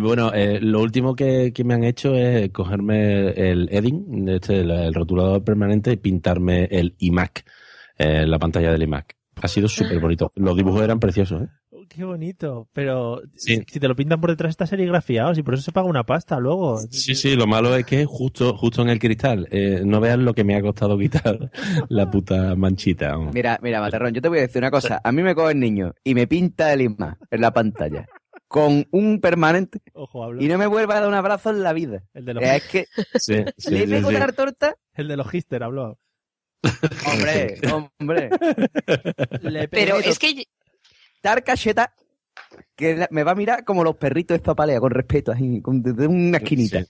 Speaker 3: bueno, eh, lo último que, que me han hecho es cogerme el edding, este, el, el rotulador permanente, y pintarme el iMac, eh, la pantalla del iMac. Ha sido súper bonito. Los dibujos eran preciosos, ¿eh?
Speaker 1: Oh, Qué bonito, pero
Speaker 3: Sí.
Speaker 1: si te lo pintan por detrás está serigrafiado, si por eso se paga una pasta luego.
Speaker 3: Sí, sí, lo malo es que justo, justo en el cristal. Eh, no veas lo que me ha costado quitar la puta manchita. vamos.
Speaker 2: Mira, mira, Matarrón, yo te voy a decir una cosa. A mí me coge el niño y me pinta el IMA en la pantalla con un permanente
Speaker 1: Ojo, hablo.
Speaker 2: y no me vuelva a dar un abrazo en la vida.
Speaker 1: El de los,
Speaker 2: Es que
Speaker 3: Sí, sí, sí,
Speaker 2: le pego
Speaker 3: sí.
Speaker 2: una torta.
Speaker 1: el de los hister habló.
Speaker 2: Hombre, hombre.
Speaker 1: Le
Speaker 5: Pero
Speaker 2: Pequeñito.
Speaker 5: es que
Speaker 2: Dar cacheta que la- me va a mirar como los perritos estos palea, con respeto, así, con, desde una esquinita.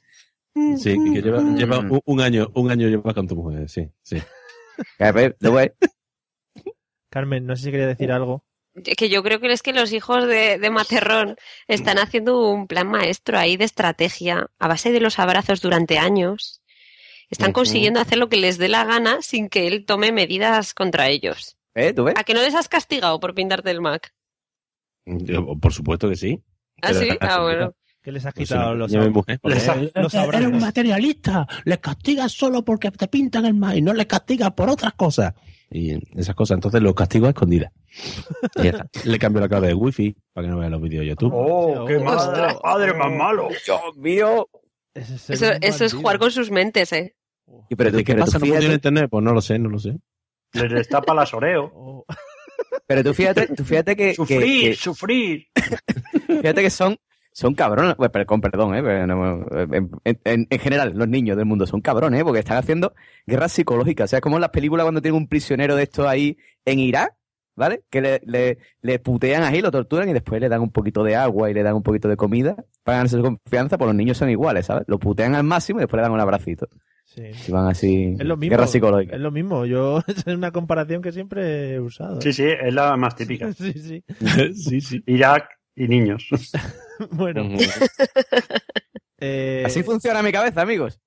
Speaker 3: Sí, sí, que lleva, lleva un, un año, un año lleva con tu mujer, sí, sí.
Speaker 2: A ver, luego es-
Speaker 1: Carmen, no sé si quería decir algo.
Speaker 5: que yo creo que es que los hijos de, de Materrón están haciendo un plan maestro ahí de estrategia a base de los abrazos durante años. Están
Speaker 3: Ujú.
Speaker 5: consiguiendo hacer lo que les dé la gana sin que él tome medidas contra ellos.
Speaker 2: ¿eh? ¿Tú ves?
Speaker 5: ¿A que no les has castigado por pintarte el Mac?
Speaker 3: Yo, por supuesto que sí.
Speaker 5: ¿Ah, sí?
Speaker 3: Pero-
Speaker 5: Ah, bueno.
Speaker 1: Que les has
Speaker 3: Pues
Speaker 1: quitado
Speaker 3: sí,
Speaker 1: los, ¿eh?
Speaker 3: yo me empujé.
Speaker 1: los-
Speaker 3: Eres
Speaker 1: los
Speaker 3: un
Speaker 1: abrazos.
Speaker 3: materialista. Les castigas solo porque te pintan el mal y no les castigas por otras cosas. Y esas cosas. Entonces los castigo a escondidas. Y ya está. Le cambio la clave de wifi para que no vea los vídeos de YouTube.
Speaker 4: ¡Oh, qué madre, padre más malo!
Speaker 2: Dios mío.
Speaker 1: Ese es ser
Speaker 5: Eso,
Speaker 1: un
Speaker 5: eso es
Speaker 1: bandido.
Speaker 5: jugar con sus mentes, ¿eh?
Speaker 2: Y pero tú-
Speaker 3: ¿De Este, ¿Qué
Speaker 2: pero tú
Speaker 3: pasa? ¿No
Speaker 2: fíjate-
Speaker 3: funciona internet? Pues no lo sé, no lo sé.
Speaker 4: Les destapa las Oreo.
Speaker 1: Oh.
Speaker 2: Pero tú fíjate, tú fíjate que, que-
Speaker 4: Sufrir,
Speaker 2: que-
Speaker 4: sufrir.
Speaker 2: fíjate que son, son cabrones, pues, pero con perdón, ¿eh? pero no, en, en- en general, los niños del mundo son cabrones, ¿eh? porque están haciendo guerra psicológica. O sea, es como en las películas cuando tienen un prisionero de estos ahí en Irak, ¿vale? Que le, le, le putean ahí, lo torturan y después le dan un poquito de agua y le dan un poquito de comida para ganarse su confianza, pues los niños son iguales, ¿sabes? Lo putean al máximo y después le dan un abracito.
Speaker 1: Sí.
Speaker 2: Y van así,
Speaker 1: Es lo mismo.
Speaker 2: guerra psicológica.
Speaker 1: Es lo mismo. Yo es una comparación que siempre he usado.
Speaker 4: Sí, sí, es la más típica.
Speaker 1: Sí, sí.
Speaker 3: sí, sí.
Speaker 4: Irak y niños.
Speaker 1: Bueno. Eh,
Speaker 2: Así funciona mi cabeza, amigos.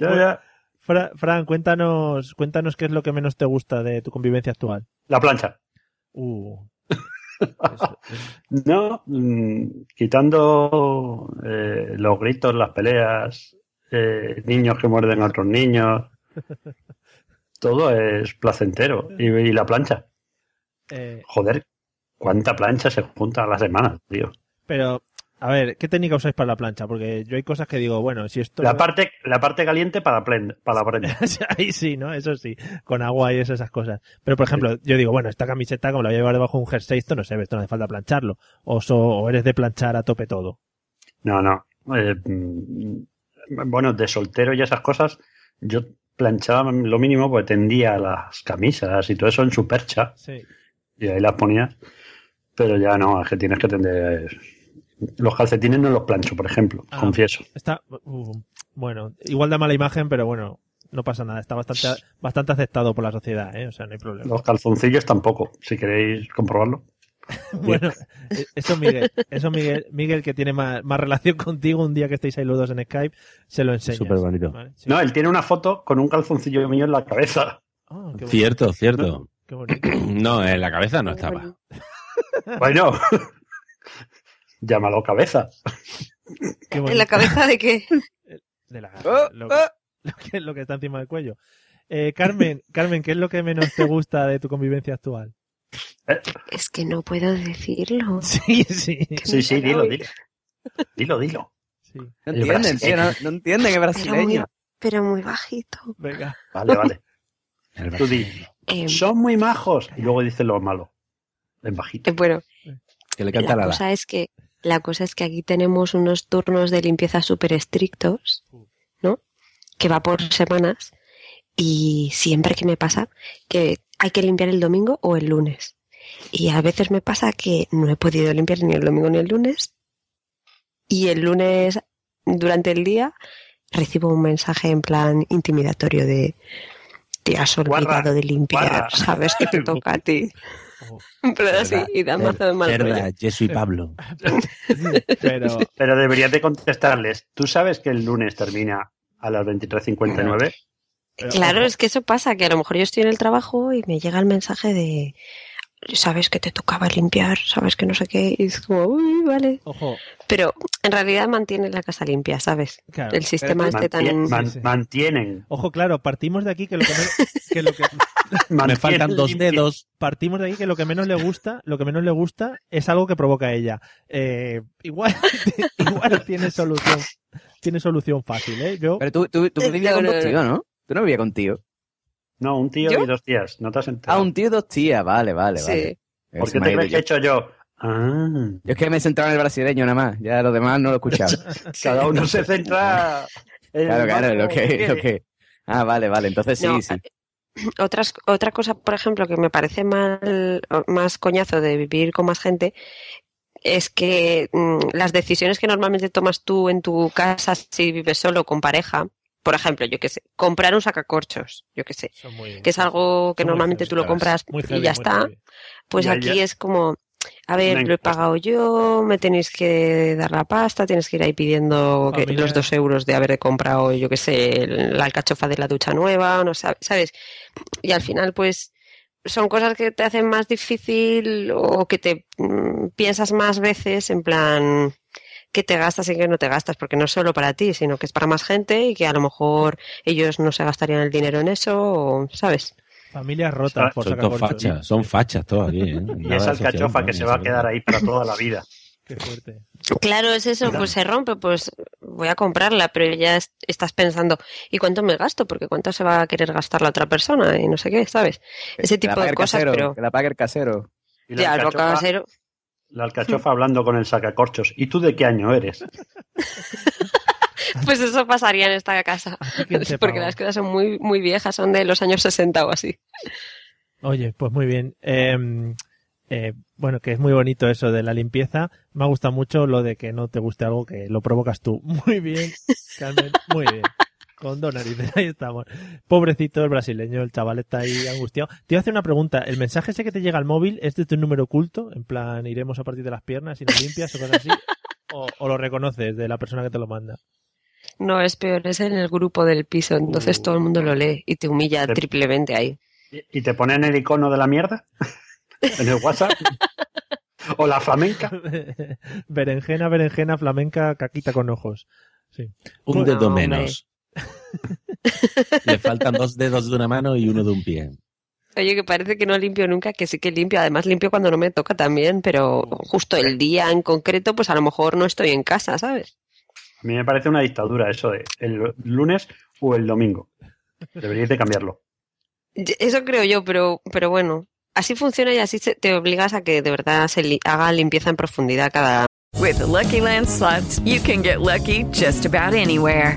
Speaker 4: Ya, ya.
Speaker 1: Fra- Fran, cuéntanos, cuéntanos qué es lo que menos te gusta de tu convivencia actual.
Speaker 4: La plancha.
Speaker 1: Uh,
Speaker 4: No, mm, quitando eh, los gritos, las peleas, eh, niños que muerden a otros niños, todo es placentero. Y, y la plancha.
Speaker 1: eh,
Speaker 4: Joder, cuánta plancha se junta a la semana, tío.
Speaker 1: pero, a ver, ¿qué técnica usáis para la plancha? Porque yo hay cosas que digo, bueno, si esto...
Speaker 4: La parte, la parte caliente para, plen- para prenda.
Speaker 1: Ahí sí, ¿no? Eso sí, con agua y esas esas cosas. Pero, por ejemplo, yo digo, bueno, esta camiseta, como la voy a llevar debajo de un jersey, esto no sé, esto no hace falta plancharlo. O, so- o eres de planchar a tope todo.
Speaker 4: No, no. Eh, mm, bueno, de soltero y esas cosas, yo planchaba lo mínimo porque tendía las camisas y todo eso en su percha
Speaker 1: Sí.
Speaker 4: y ahí las ponía. Pero ya no, es que tienes que tender. Los calcetines no los plancho, por ejemplo,
Speaker 1: Ah.
Speaker 4: confieso.
Speaker 1: Está, uh, bueno, igual da mala imagen, pero bueno, no pasa nada. Está bastante, bastante aceptado por la sociedad, ¿eh? O sea, no hay problema.
Speaker 4: Los calzoncillos tampoco, si queréis comprobarlo.
Speaker 1: Bueno, eh, eso Miguel, eso Miguel, Miguel que tiene más, más relación contigo un día que estéis ahí los dos en Skype, se lo enseña.
Speaker 3: Súper bonito.
Speaker 4: No, él tiene una foto con un calzoncillo mío en la cabeza.
Speaker 3: Cierto, cierto.
Speaker 1: Qué bonito.
Speaker 3: No, en la cabeza no estaba.
Speaker 4: Bueno, llámalo cabeza.
Speaker 1: Qué
Speaker 5: ¿En la
Speaker 1: bonito.
Speaker 5: cabeza de qué?
Speaker 1: De la-
Speaker 4: Oh.
Speaker 1: lo, que, lo que- lo que está encima del cuello. Eh, Carmen, Carmen, ¿qué es lo que menos te gusta de tu convivencia actual?
Speaker 5: Es que no puedo decirlo.
Speaker 1: Sí, sí.
Speaker 4: Sí, sí, dilo, dilo. Dilo, dilo.
Speaker 2: No
Speaker 4: El
Speaker 2: entienden, tío, no,
Speaker 4: brasileño.
Speaker 2: no entienden que es
Speaker 5: Pero muy,
Speaker 2: brasileño.
Speaker 5: pero muy bajito.
Speaker 1: Venga.
Speaker 4: Vale, vale. Tú di,
Speaker 5: Eh,
Speaker 4: son muy majos. Y luego dices lo malo. En bajito.
Speaker 5: eh, bueno,
Speaker 3: Que le
Speaker 5: la cosa es que la cosa es que aquí tenemos unos turnos de limpieza súper estrictos, ¿no? Que va por semanas y siempre que me pasa que hay que limpiar el domingo o el lunes. Y a veces me pasa que no he podido limpiar ni el domingo ni el lunes y el lunes durante el día recibo un mensaje en plan intimidatorio de te has olvidado
Speaker 4: Guarra,
Speaker 5: de limpiar,
Speaker 4: guarra".
Speaker 5: sabes que te toca a ti. En plan así, y da mazo de mal rollo.
Speaker 3: Jesús y Pablo.
Speaker 1: Pero,
Speaker 4: Pero deberías de contestarles. ¿Tú sabes que el lunes termina a las 23.59?
Speaker 5: Eh, Claro, es que eso pasa, que a lo mejor yo estoy en el trabajo y me llega el mensaje de sabes que te tocaba limpiar, sabes que no sé qué, y es como, uy, vale.
Speaker 1: ojo,
Speaker 5: Pero en realidad mantiene la casa limpia, ¿sabes?
Speaker 1: claro.
Speaker 5: El sistema este tan...
Speaker 4: Mantien- man-
Speaker 1: Sí, sí.
Speaker 4: Mantienen.
Speaker 1: Ojo, claro, partimos de aquí que lo que, men- que lo que-
Speaker 3: Me
Speaker 4: mantienen
Speaker 3: faltan dos
Speaker 4: limpio.
Speaker 3: dedos.
Speaker 1: partimos de aquí que lo que menos le gusta, lo que menos le gusta es algo que provoca a ella. Eh, igual, igual tiene solución, tiene solución fácil, ¿eh? Yo,
Speaker 2: Pero tú, tú, tú
Speaker 5: Eh,
Speaker 2: vivías
Speaker 5: no,
Speaker 2: con
Speaker 5: no,
Speaker 2: dos
Speaker 5: no.
Speaker 2: tíos, ¿no? Tú no vivías con tío.
Speaker 4: No, un tío
Speaker 5: ¿Yo?
Speaker 4: y dos tías. No te has
Speaker 2: Ah,
Speaker 4: enterado.
Speaker 2: un tío y dos tías, vale, vale,
Speaker 5: Sí.
Speaker 2: vale. Eh,
Speaker 4: ¿Por
Speaker 2: se
Speaker 4: qué
Speaker 2: me ha
Speaker 4: te
Speaker 2: ido
Speaker 4: crees que
Speaker 2: yo.
Speaker 4: he hecho yo? Ah,
Speaker 2: Yo es que me he centrado en el brasileño nada más, ya los demás no lo he escuchado.
Speaker 4: cada uno se centra. en
Speaker 2: claro,
Speaker 4: el
Speaker 2: claro, lo
Speaker 4: barco
Speaker 2: que, lo
Speaker 4: quiere.
Speaker 2: que. Ah, vale, vale, entonces sí,
Speaker 5: No, eh.
Speaker 2: sí.
Speaker 5: Otras, otra cosa, por ejemplo, que me parece mal, más coñazo de vivir con más gente es que mm, las decisiones que normalmente tomas tú en tu casa si vives solo con pareja, por ejemplo, yo qué sé, comprar un sacacorchos, yo qué sé,
Speaker 1: son muy-
Speaker 5: que es algo que
Speaker 1: son muy
Speaker 5: normalmente
Speaker 1: heavy,
Speaker 5: tú lo
Speaker 1: claro,
Speaker 5: compras
Speaker 1: muy
Speaker 5: y
Speaker 1: heavy,
Speaker 5: ya
Speaker 1: muy
Speaker 5: está,
Speaker 1: heavy.
Speaker 5: pues
Speaker 4: Ya,
Speaker 5: aquí
Speaker 4: ya.
Speaker 5: es como, a ver,
Speaker 4: Una
Speaker 5: lo he
Speaker 4: encuesta.
Speaker 5: pagado yo, me tenéis que dar la pasta, tienes que ir ahí pidiendo que-
Speaker 1: Familia.
Speaker 5: los dos euros de haber comprado, yo qué sé, la alcachofa de la ducha nueva, no sab- sabes, y al final pues son cosas que te hacen más difícil o que te mm, piensas más veces en plan que te gastas y que no te gastas, porque no es solo para ti, sino que es para más gente y que a lo mejor ellos no se gastarían el dinero en eso, o, ¿sabes?
Speaker 1: Familias rotas por
Speaker 3: Son todos
Speaker 1: sacacorchos.
Speaker 3: fachas, son fachas todos aquí. ¿eh?
Speaker 4: Y
Speaker 3: Nada
Speaker 4: esa
Speaker 3: de socialismo,
Speaker 4: alcachofa que
Speaker 3: ni
Speaker 4: se va a
Speaker 3: esa
Speaker 4: quedar
Speaker 3: cosa.
Speaker 4: ahí para toda la vida.
Speaker 1: Qué fuerte.
Speaker 5: Claro, es eso, pues se rompe, pues voy a comprarla, pero ya es- estás pensando, ¿y cuánto me gasto? Porque cuánto se va a querer gastar la otra persona y no sé qué, ¿sabes? Ese
Speaker 2: Que la
Speaker 5: tipo
Speaker 4: Pues
Speaker 2: pague
Speaker 5: de
Speaker 2: el
Speaker 5: cosas,
Speaker 2: casero,
Speaker 5: pero
Speaker 2: Que la pague el casero.
Speaker 4: Y la
Speaker 5: Ya, el
Speaker 4: alcachofa-
Speaker 5: bocacero.
Speaker 4: La alcachofa hablando con el sacacorchos. ¿Y tú de qué año eres?
Speaker 5: Pues eso pasaría en esta casa.
Speaker 1: quién te
Speaker 5: Porque
Speaker 1: pagó?
Speaker 5: las cosas son muy, muy viejas, son de los años 60 o así.
Speaker 1: Oye, pues muy bien. Eh, eh, bueno, que es muy bonito eso de la limpieza. Me ha gustado mucho lo de que no te guste algo que lo provocas tú. Muy bien, Carmen, muy bien. Con dos narices, ahí estamos. Pobrecito el brasileño, el chaval está ahí angustiado. Te voy a hacer una pregunta. ¿El mensaje ese que te llega al móvil es de tu número oculto? En plan, iremos a partir de las piernas y nos limpias o cosas así. ¿O, o lo reconoces de la persona que te lo manda?
Speaker 5: No, es peor, es en el grupo del piso, entonces todo el mundo lo lee y te humilla
Speaker 4: Uh. Te-
Speaker 5: triplemente ahí.
Speaker 4: ¿Y te ponen el icono de la mierda? ¿En el WhatsApp? ¿O la flamenca?
Speaker 1: berenjena, berenjena, flamenca, caquita con ojos. Sí.
Speaker 3: Un
Speaker 1: Bueno,
Speaker 3: dedo
Speaker 1: hombre.
Speaker 3: menos. Le faltan dos dedos de una mano y uno de un pie.
Speaker 5: Oye, que parece que no limpio nunca, que sí que limpio, además limpio cuando no me toca también, pero
Speaker 4: Uh.
Speaker 5: justo el día en concreto, pues a lo mejor no estoy en casa, ¿sabes?
Speaker 4: A mí me parece una dictadura eso de el lunes o el domingo. Deberíais de cambiarlo.
Speaker 5: Y- Eso creo yo, pero, pero bueno, así funciona y así se- te obligas a que de verdad se li- haga limpieza en profundidad cada...
Speaker 13: With the Lucky Land slots, you can get lucky just about anywhere.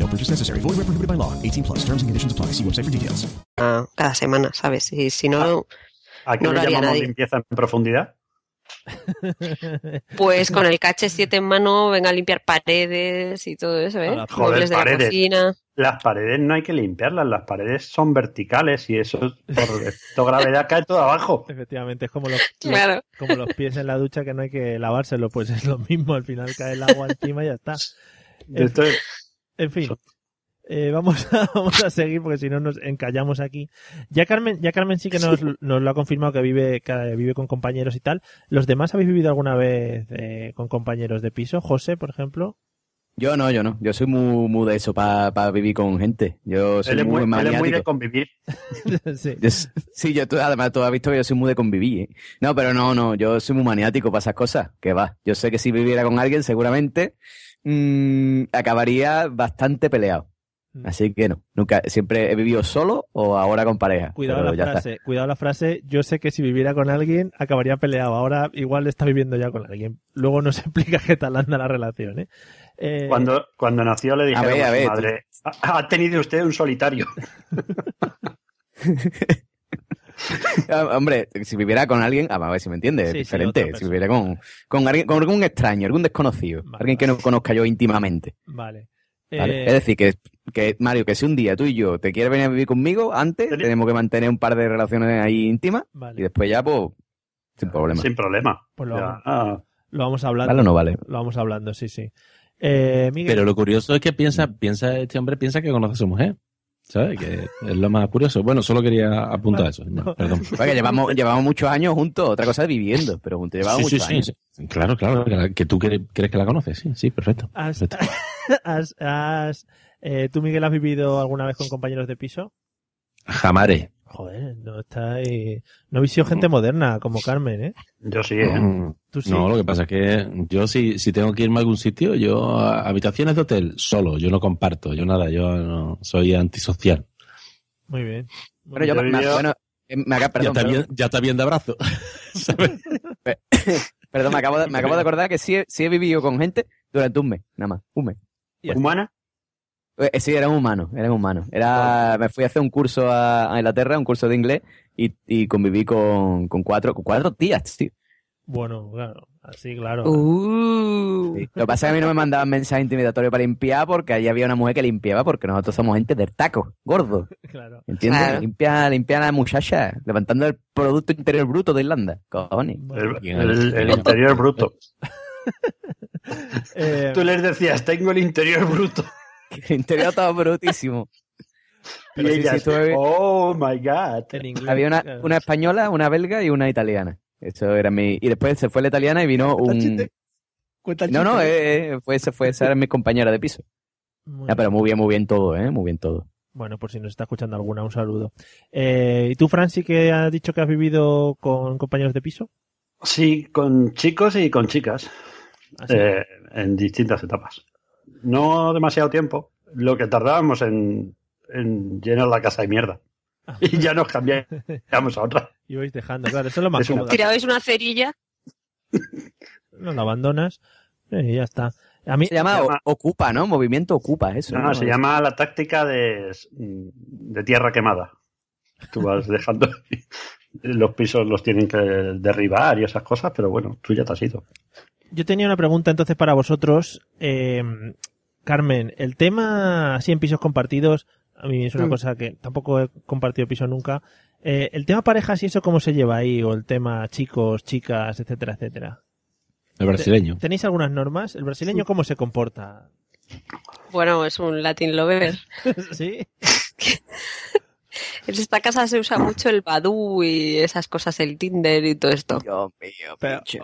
Speaker 14: No purchase necessary. Void where prohibited by law. 18 plus. Terms and conditions apply. See website for details.
Speaker 5: Ah, cada semana, ¿sabes? Y si no,
Speaker 4: ¿A qué
Speaker 5: no
Speaker 4: Ah, le
Speaker 5: lo haría
Speaker 4: llamamos
Speaker 5: nadie.
Speaker 4: limpieza en profundidad?
Speaker 5: Pues con el cache 7 en mano, venga a limpiar paredes y todo eso, ¿eh?
Speaker 4: Joder,
Speaker 5: Muebles de la
Speaker 4: paredes.
Speaker 5: cocina.
Speaker 4: Las paredes no hay que limpiarlas, las paredes son verticales y eso por efecto gravedad cae todo abajo.
Speaker 1: Efectivamente, es como los, los-
Speaker 4: Claro.
Speaker 1: como los pies en la ducha que no hay que lavárselo, pues es lo mismo, al final cae el agua encima y ya está. En,
Speaker 4: Esto es-
Speaker 1: en fin, eh, vamos, a, vamos a seguir porque si no nos encallamos aquí. Ya Carmen, ya Carmen sí que nos, nos lo ha confirmado que vive, que vive con compañeros y tal. ¿Los demás habéis vivido alguna vez eh, con compañeros de piso? José, por ejemplo.
Speaker 2: Yo no, yo no. Yo soy muy, muy de eso para vivir con gente. Yo soy
Speaker 4: Él es muy,
Speaker 2: muy,
Speaker 4: él es muy
Speaker 2: maniático.
Speaker 4: de convivir.
Speaker 1: sí.
Speaker 2: Yo s- sí, yo tú- además tú has visto que yo soy muy de convivir. ¿eh? No, pero no, no, yo soy muy maniático para esas cosas. Que va. Yo sé que si viviera con alguien, seguramente mm, acabaría bastante peleado.
Speaker 1: Mm.
Speaker 2: Así que no, nunca, siempre he vivido solo o ahora con pareja.
Speaker 1: Cuidado
Speaker 2: pero
Speaker 1: la
Speaker 2: ya está.
Speaker 1: frase, cuidado la frase. Yo sé que si viviera con alguien acabaría peleado. Ahora igual está viviendo ya con alguien. Luego nos explica qué tal anda la relación, ¿eh? Eh,
Speaker 4: Cuando, cuando nació le dijeron a,
Speaker 1: ver, a
Speaker 4: su
Speaker 1: ver,
Speaker 4: madre, ha ha tenido usted un solitario.
Speaker 2: Ah, Hombre, si viviera con alguien, ah, a ver si me entiendes, es
Speaker 1: Sí, sí,
Speaker 2: diferente.
Speaker 1: otra
Speaker 2: si viviera con, con alguien, con algún extraño, algún desconocido, alguien que no conozca yo íntimamente.
Speaker 1: Vale.
Speaker 2: ¿vale?
Speaker 1: Eh,
Speaker 2: Es decir, que, que, Mario, que si un día tú y yo te quieres venir a vivir conmigo, antes tenemos que mantener un par de relaciones ahí íntimas
Speaker 1: Vale.
Speaker 2: y después ya, pues, sin problema.
Speaker 4: Sin problema.
Speaker 1: pues lo, vamos- lo vamos hablando.
Speaker 2: ¿Vale o no vale?
Speaker 1: Lo vamos hablando, sí, sí. Eh, Miguel,
Speaker 3: Pero lo curioso es que piensa, piensa este hombre piensa que conoce a su mujer. ¿Sabes? Que es lo más curioso. Bueno, solo quería apuntar eso. no, perdón.
Speaker 2: Porque llevamos, llevamos muchos años juntos, otra cosa es viviendo, pero juntos
Speaker 3: Sí,
Speaker 2: llevamos
Speaker 3: sí,
Speaker 2: muchos
Speaker 3: sí,
Speaker 2: años.
Speaker 3: sí. Claro, claro, que, la- que tú cre- crees que la conoces. Sí, sí, perfecto.
Speaker 1: has-
Speaker 3: perfecto.
Speaker 1: has- has- eh, ¿tú, Miguel, has vivido alguna vez con compañeros de piso?
Speaker 3: Jamare.
Speaker 1: Joder, no está ahí- No habéis sido gente moderna como Carmen, ¿eh?
Speaker 4: Yo sí,
Speaker 3: Mm.
Speaker 1: Tú sí.
Speaker 3: No, lo que pasa es que yo si, si tengo que irme a algún sitio, yo a- habitaciones de hotel solo, yo no comparto, yo nada, yo no, soy antisocial.
Speaker 1: Muy bien.
Speaker 2: Bueno, yo, me, bueno, eh, me acaba- perdón,
Speaker 3: ya, está
Speaker 2: perdón.
Speaker 3: bien, ya está bien de abrazo.
Speaker 2: Perdón, me acabo de, me acabo de acordar que sí, he- sí he vivido con gente durante un mes, nada más, un mes. Eh,
Speaker 4: ¿Humana?
Speaker 2: sí, eran humanos, eran humanos. Era, me fui a hacer un curso a, a Inglaterra, un curso de inglés, y, y conviví con, con cuatro, con cuatro tías, tío.
Speaker 1: Bueno, claro, así
Speaker 3: Ah.
Speaker 1: claro.
Speaker 2: Uh.
Speaker 3: Uh.
Speaker 2: Sí. Lo que pasa es que a mí no me mandaban mensajes intimidatorios para limpiar porque allí había una mujer que limpiaba porque nosotros somos gente del taco, gordo.
Speaker 1: Claro.
Speaker 2: ¿Entiendes?
Speaker 1: Claro.
Speaker 2: Limpia, limpia a la muchacha, levantando el Producto Interior Bruto de Irlanda. Cojones.
Speaker 4: El, el- el interior bruto.
Speaker 1: Eh,
Speaker 4: Tú les decías, tengo el interior bruto.
Speaker 2: El interior estaba brutísimo.
Speaker 4: Y
Speaker 2: sí,
Speaker 4: ellas,
Speaker 2: sí, tuve-
Speaker 4: oh my god.
Speaker 2: Había una, una española, una belga y una italiana. Eso era mi. Y después se fue la italiana y vino un. No, no, eh, eh, fue, esa- fue, esa era mi compañera de piso. Ah, pero muy bien, muy bien todo, ¿eh? Muy bien todo.
Speaker 1: Bueno, por si nos está escuchando alguna, un saludo. Eh, ¿Y tú, Fran, sí que has dicho que has vivido con compañeros de piso?
Speaker 4: Sí, con chicos y con chicas.
Speaker 1: ¿Ah, sí?
Speaker 4: eh, en distintas etapas. No demasiado tiempo. Lo que tardábamos en, en llenar la casa de mierda. Y ya nos cambiamos a otra.
Speaker 1: Y vais dejando, claro, eso es lo más
Speaker 4: Es una-
Speaker 1: cómodo.
Speaker 5: Tirabais una cerilla.
Speaker 1: No lo abandonas eh, y ya está. A mí,
Speaker 2: se llama, o- Ocupa, ¿no? Movimiento Ocupa, eso.
Speaker 4: No, no, se llama la táctica de, de tierra quemada. Tú vas dejando. los pisos los tienen que derribar y esas cosas, pero bueno, tú ya te has ido.
Speaker 1: Yo tenía una pregunta entonces para vosotros. Eh, Carmen, el tema así en pisos compartidos, a mí es una
Speaker 4: Mm.
Speaker 1: cosa que tampoco he compartido piso nunca. Eh, el tema parejas y eso, ¿cómo se lleva ahí? O el tema chicos, chicas, etcétera, etcétera.
Speaker 3: El brasileño.
Speaker 1: Te- ¿Tenéis algunas normas? ¿El brasileño cómo se comporta?
Speaker 5: Bueno, es un Latin lover.
Speaker 1: ¿Sí?
Speaker 5: En esta casa se usa mucho el Badoo y esas cosas, el Tinder y todo esto.
Speaker 1: Pero,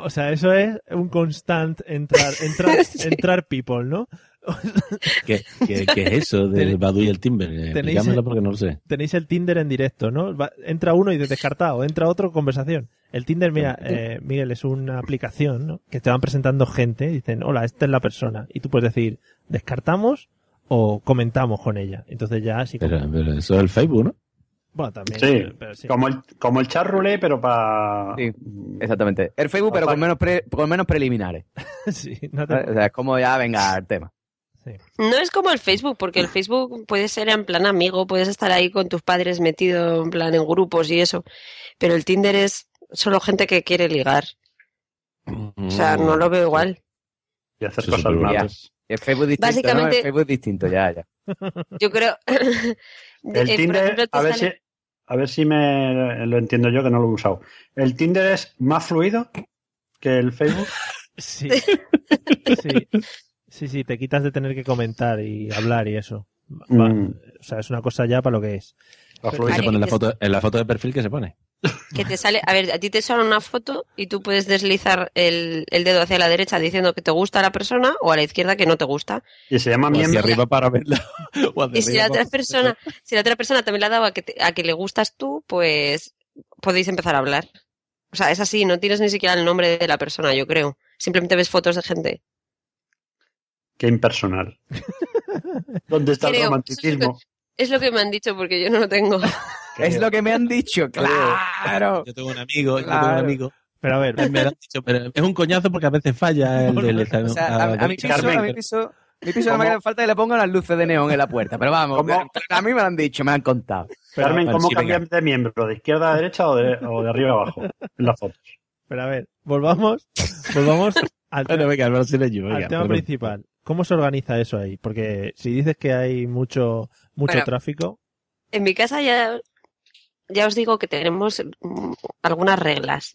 Speaker 1: o sea, eso es un constant entrar, entrar, entrar people, ¿no?
Speaker 3: ¿Qué, qué- qué es eso del Badu y el Timber? Eh,
Speaker 1: tenéis-
Speaker 3: Explícamelo porque no lo sé.
Speaker 1: Tenéis el Tinder en directo, ¿no? Va- entra uno y descartado, entra otro, conversación. El Tinder, mira, eh, Miguel, es una aplicación ¿no? que te van presentando gente, dicen, hola, esta es la persona. Y tú puedes decir, descartamos o comentamos con ella. Entonces ya, sí.
Speaker 3: Pero, pero eso es el Facebook, ¿no?
Speaker 1: Bueno, también.
Speaker 4: Sí,
Speaker 1: pero- pero sí.
Speaker 4: Como, el, como el charrulé, pero para.
Speaker 2: Sí, exactamente. El Facebook, pero con menos, pre- con menos preliminares.
Speaker 1: sí, no te-
Speaker 2: O sea, es como ya, venga, al tema.
Speaker 5: No es como el Facebook, porque el Facebook puede ser en plan amigo, puedes estar ahí con tus padres metido en plan en grupos y eso. Pero el Tinder es solo gente que quiere ligar. O sea, no lo veo igual.
Speaker 4: Y hacer
Speaker 2: Sí,
Speaker 4: cosas
Speaker 2: sí,
Speaker 4: malas.
Speaker 2: ya. El Facebook distinto,
Speaker 5: Básicamente-
Speaker 2: ¿no? El Facebook distinto, ya, ya.
Speaker 5: Yo creo. eh,
Speaker 4: El Tinder, a ver si. A ver si me lo entiendo yo que no lo he usado. ¿El Tinder es más fluido que el Facebook?
Speaker 1: Sí. sí. Sí, sí, te quitas de tener que comentar y hablar y eso. Va-
Speaker 4: Mm.
Speaker 1: O sea, es una cosa ya para lo que es.
Speaker 3: Y se pone en la foto, en la foto de perfil que se pone.
Speaker 5: Que te sale, a ver, a ti te sale una foto y tú puedes deslizar el, el dedo hacia la derecha diciendo que te gusta la persona o a la izquierda que no te gusta.
Speaker 4: Y se llama
Speaker 3: o hacia
Speaker 4: miembro.
Speaker 3: arriba para verla. o hacia
Speaker 5: Y si
Speaker 3: arriba
Speaker 5: la otra
Speaker 3: para-
Speaker 5: persona, si la otra persona también la daba a que, te- a que le gustas tú, pues podéis empezar a hablar. O sea, es así, no tienes ni siquiera el nombre de la persona, yo creo. Simplemente ves fotos de gente.
Speaker 4: Qué impersonal. ¿Dónde está el
Speaker 5: Creo.
Speaker 4: romanticismo?
Speaker 5: Es lo que me han dicho porque yo no lo tengo.
Speaker 2: Es lo que me han dicho, claro.
Speaker 3: Yo tengo un amigo, yo tengo
Speaker 2: Claro.
Speaker 3: un amigo.
Speaker 1: Pero a ver.
Speaker 3: Me lo han dicho, pero es un coñazo porque a veces falla el del Ah,
Speaker 2: O sea, a, a mi piso, a mi piso, mi piso no me
Speaker 3: ¿Cómo?
Speaker 2: hace falta que le pongan las luces de neón en la puerta. Pero vamos,
Speaker 4: ¿Cómo?
Speaker 2: a mí me lo han dicho, me han contado.
Speaker 4: Carmen, ¿cómo cambian de miembro? ¿De izquierda a derecha o de, o de arriba a abajo? En la foto.
Speaker 1: Pero a ver, volvamos, volvamos Pues al,
Speaker 3: Bueno, venga, el brasileño,
Speaker 1: al
Speaker 3: venga,
Speaker 1: tema
Speaker 3: perdón.
Speaker 1: principal. ¿Cómo se organiza eso ahí? Porque si dices que hay mucho, mucho
Speaker 5: Bueno.
Speaker 1: tráfico,
Speaker 5: En mi casa ya, ya os digo que tenemos mm, algunas reglas.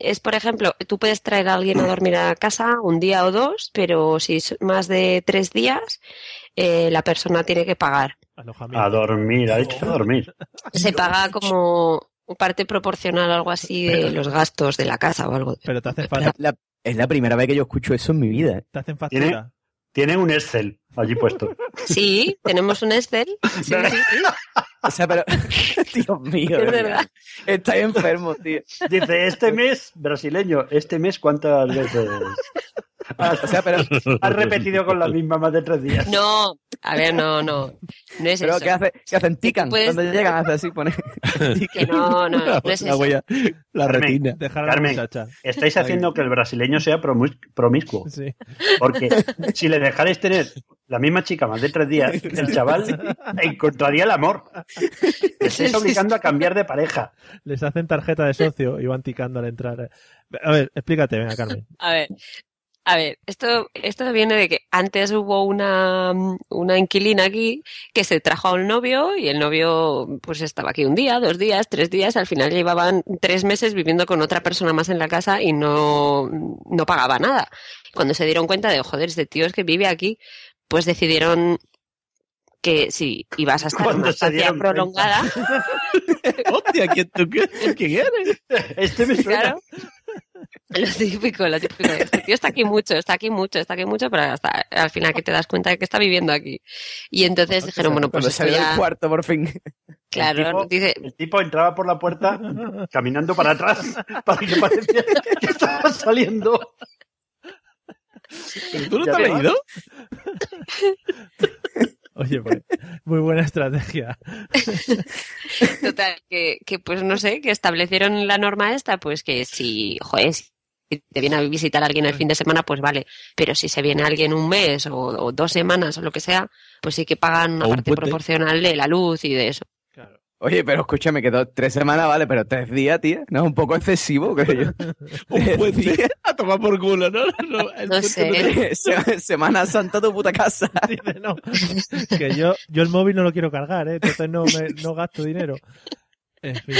Speaker 5: Es, por ejemplo, tú puedes traer a alguien a dormir a casa un día o dos, pero si es más de tres días, eh, la persona tiene que pagar.
Speaker 4: A dormir, ha dicho a dormir.
Speaker 5: Se paga como parte proporcional o algo así de Eh, los gastos de la casa o algo.
Speaker 1: Pero te hace
Speaker 2: La- la- es la primera vez que yo escucho eso en mi vida. ¿eh?
Speaker 1: te hacen
Speaker 4: Tiene, tiene un Excel allí puesto.
Speaker 5: Sí, tenemos un Excel. Sí, sí, sí.
Speaker 2: O sea, pero. Dios mío.
Speaker 5: Es
Speaker 2: de
Speaker 5: verdad.
Speaker 2: Estáis enfermos, tío.
Speaker 4: Dice, este mes, brasileño, este mes, ¿cuántas veces?
Speaker 2: O sea, pero...
Speaker 4: Has repetido con la misma más de tres días.
Speaker 5: No, a ver, no, no. No es
Speaker 2: Pero
Speaker 5: eso.
Speaker 2: ¿qué, hace, ¿qué hacen? Tican.
Speaker 5: Puedes-
Speaker 2: Cuando llegan, hacen así, pone.
Speaker 5: Que no, no, no es
Speaker 2: La
Speaker 5: eso.
Speaker 2: huella.
Speaker 3: La
Speaker 4: Carmen,
Speaker 3: retina.
Speaker 1: Dejar a la
Speaker 4: Carmen,
Speaker 1: muchacha.
Speaker 4: estáis
Speaker 1: Ahí.
Speaker 4: haciendo que el brasileño sea promis- promiscuo. Porque si le dejarais tener la misma chica más de tres días, el chaval encontraría el amor. Le estáis obligando a cambiar de pareja.
Speaker 1: Les hacen tarjeta de socio y van ticando al entrar. A ver, explícate, venga, Carmen.
Speaker 5: A ver, a ver, esto, esto viene de que antes hubo una, una inquilina aquí que se trajo a un novio y el novio pues estaba aquí un día, dos días, tres días, al final llevaban tres meses viviendo con otra persona más en la casa y no, no pagaba nada. Cuando se dieron cuenta de, joder, este tío es que vive aquí, pues decidieron que si ibas a estar en
Speaker 4: Cuando
Speaker 5: una
Speaker 4: se
Speaker 5: estancia
Speaker 4: dieron cuenta.
Speaker 5: prolongada,
Speaker 3: Hostia, ¿quién tú qué, quién eres?
Speaker 4: Este me suena.
Speaker 5: Claro. Lo típico, lo típico. de, Este tío está aquí mucho, está aquí mucho, está aquí mucho, pero hasta al final que te das cuenta de que está viviendo aquí. Y entonces dijeron, bueno, pues
Speaker 2: Cuando
Speaker 5: esto
Speaker 2: salió del
Speaker 5: ya...
Speaker 2: cuarto, por fin.
Speaker 5: Claro,
Speaker 4: tipo-
Speaker 5: dice,
Speaker 4: El tipo entraba por la puerta caminando para atrás para que parecía que estaba saliendo.
Speaker 3: ¿Tú no te has
Speaker 4: Ya,
Speaker 3: leído?
Speaker 1: Oye, pues, muy buena estrategia.
Speaker 5: Total, que, que, pues no sé, que establecieron la norma esta, pues que si, joder, si te viene a visitar alguien el fin de semana, pues vale, pero si se viene alguien un mes o, o dos semanas o lo que sea, pues sí que pagan una
Speaker 2: O un
Speaker 5: parte
Speaker 2: puente.
Speaker 5: proporcional de la luz y de eso.
Speaker 2: Oye, pero escúchame, que dos- tres semanas, vale, pero tres días, tío. No es un poco excesivo, creo yo.
Speaker 3: un buen día a tomar por culo, ¿no? No, no, el
Speaker 5: No
Speaker 3: puto
Speaker 5: sé.
Speaker 3: de-
Speaker 2: Se- Semana Santa, tu puta casa.
Speaker 1: Que yo, yo el móvil no lo quiero cargar, ¿eh? entonces no, me- no gasto dinero. En fin.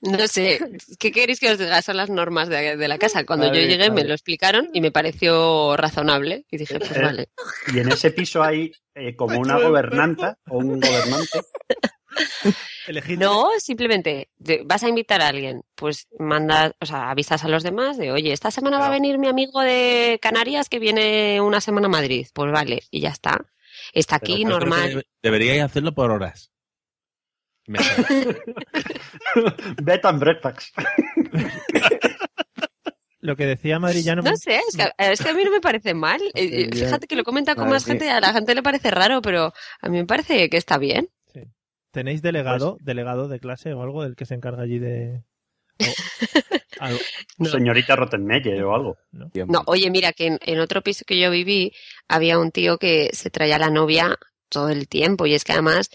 Speaker 5: No sé, ¿qué queréis que os diga? Son las normas de, de la casa. Cuando
Speaker 4: Vale,
Speaker 5: yo llegué
Speaker 4: vale.
Speaker 5: me lo explicaron y me pareció razonable y dije, pues
Speaker 4: Eh,
Speaker 5: vale.
Speaker 4: Y en ese piso hay eh, como una gobernanta o un gobernante.
Speaker 5: No, simplemente de- vas a invitar a alguien, pues mandas, o sea, avisas a los demás de, oye, esta semana va a venir mi amigo de Canarias que viene una semana a Madrid. Pues vale, y ya está. Está
Speaker 3: Pero
Speaker 5: aquí,
Speaker 3: yo creo que
Speaker 5: normal.
Speaker 3: debe- deberíais hacerlo por horas. Mejor.
Speaker 4: Bed and breakfast.
Speaker 1: Lo que decía Madrillano.
Speaker 5: No sé, es que, es que a mí no me parece mal. Eh,
Speaker 1: Sí, ya.
Speaker 5: Fíjate que lo comenta con
Speaker 1: Ah,
Speaker 5: más
Speaker 1: sí.
Speaker 5: gente, a la gente le parece raro, pero a mí me parece que está bien.
Speaker 1: ¿Tenéis delegado, delegado de clase o algo del que se encarga allí de. o- algo?
Speaker 4: Señorita Rottenmeier o algo.
Speaker 5: No, oye, mira, que en, en otro piso que yo viví había un tío que se traía a la novia todo el tiempo y es que además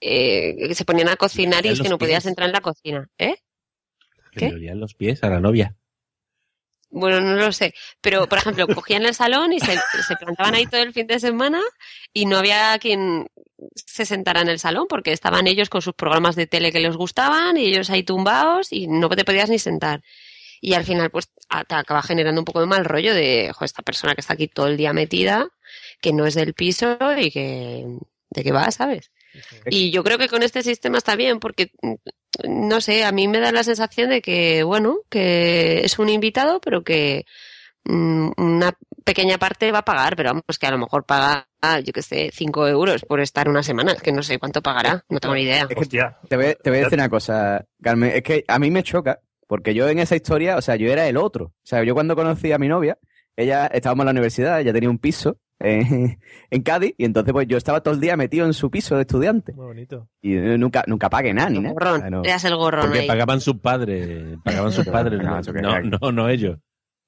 Speaker 5: eh, se ponían a cocinar y
Speaker 3: Ya
Speaker 5: es que
Speaker 3: los
Speaker 5: no podías
Speaker 3: pies.
Speaker 5: entrar en la cocina, ¿eh?
Speaker 3: Que le olían los pies a la novia.
Speaker 5: Bueno, no lo sé, pero por ejemplo, cogían el salón y se, se plantaban ahí todo el fin de semana y no había quien se sentara en el salón porque estaban ellos con sus programas de tele que les gustaban y ellos ahí tumbados y no te podías ni sentar. Y al final, pues a- te acaba generando un poco de mal rollo de "Jo, esta persona que está aquí todo el día metida, que no es del piso y que de qué va, ¿sabes? Y yo creo que con este sistema está bien porque mm, no sé, a mí me da la sensación de que bueno, que es un invitado, pero que mm, una pequeña parte va a pagar, pero vamos, que a lo mejor paga, yo qué sé, 5 euros por estar una semana, que no sé cuánto pagará, no tengo ni idea.
Speaker 4: Hostia.
Speaker 2: Te voy, te voy a decir una cosa, Carmen. Es que a mí me choca, porque yo en esa historia, o sea, yo era el otro. O sea, yo cuando conocí a mi novia, ella estábamos en la universidad, ella tenía un piso eh, en Cádiz, y entonces pues yo estaba todo el día metido en su piso de estudiante.
Speaker 1: Muy bonito.
Speaker 2: Y eh, nunca, nunca pagué nada, ni nada.
Speaker 5: Gorrón,
Speaker 2: O sea, no.
Speaker 5: eras el gorrón
Speaker 3: Porque
Speaker 5: ahí.
Speaker 3: pagaban sus padres. Pagaban sus padres.
Speaker 2: No,
Speaker 3: No,
Speaker 2: eso que-
Speaker 3: no, no, no ellos.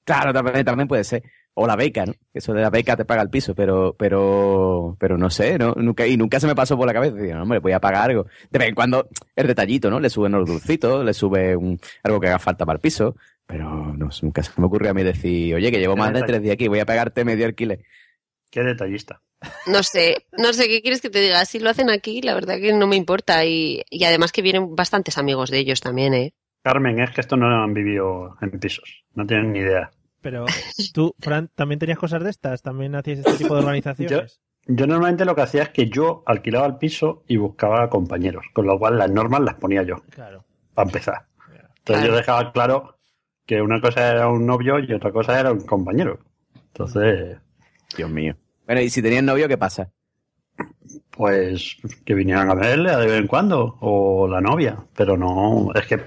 Speaker 2: Claro, también, también puede ser. O la beca, ¿no? Eso de la beca te paga el piso, pero, pero, pero no sé, ¿no? Nunca, y nunca se me pasó por la cabeza. Digo, no, hombre, voy a pagar algo. De vez en cuando, el detallito, ¿no? Le suben los dulcitos, le sube un, algo que haga falta para el piso. Pero no, sé, nunca se me ocurrió a mí decir, oye, que llevo más de tres días aquí, voy a pagarte medio alquiler.
Speaker 4: Qué detallista.
Speaker 5: No sé, no sé qué quieres que te diga. Si lo hacen aquí, la verdad que no me importa. Y, y además que vienen bastantes amigos de ellos también, ¿eh?
Speaker 4: Carmen, es que esto no lo han vivido en pisos. No tienen ni idea.
Speaker 1: Pero tú, Fran, ¿también tenías cosas de estas? ¿También hacías este tipo de
Speaker 4: Yo,
Speaker 1: organizaciones?
Speaker 4: yo normalmente lo que hacía es que yo alquilaba el piso y buscaba compañeros, con lo cual las normas las ponía yo,
Speaker 1: Claro.
Speaker 4: para empezar. Entonces yo dejaba claro que una cosa era un novio y otra cosa era un compañero. Entonces,
Speaker 2: Dios mío. Bueno, y si tenías novio, ¿qué pasa?
Speaker 4: pues que vinieran a verle de vez en cuando, o la novia, pero no, es que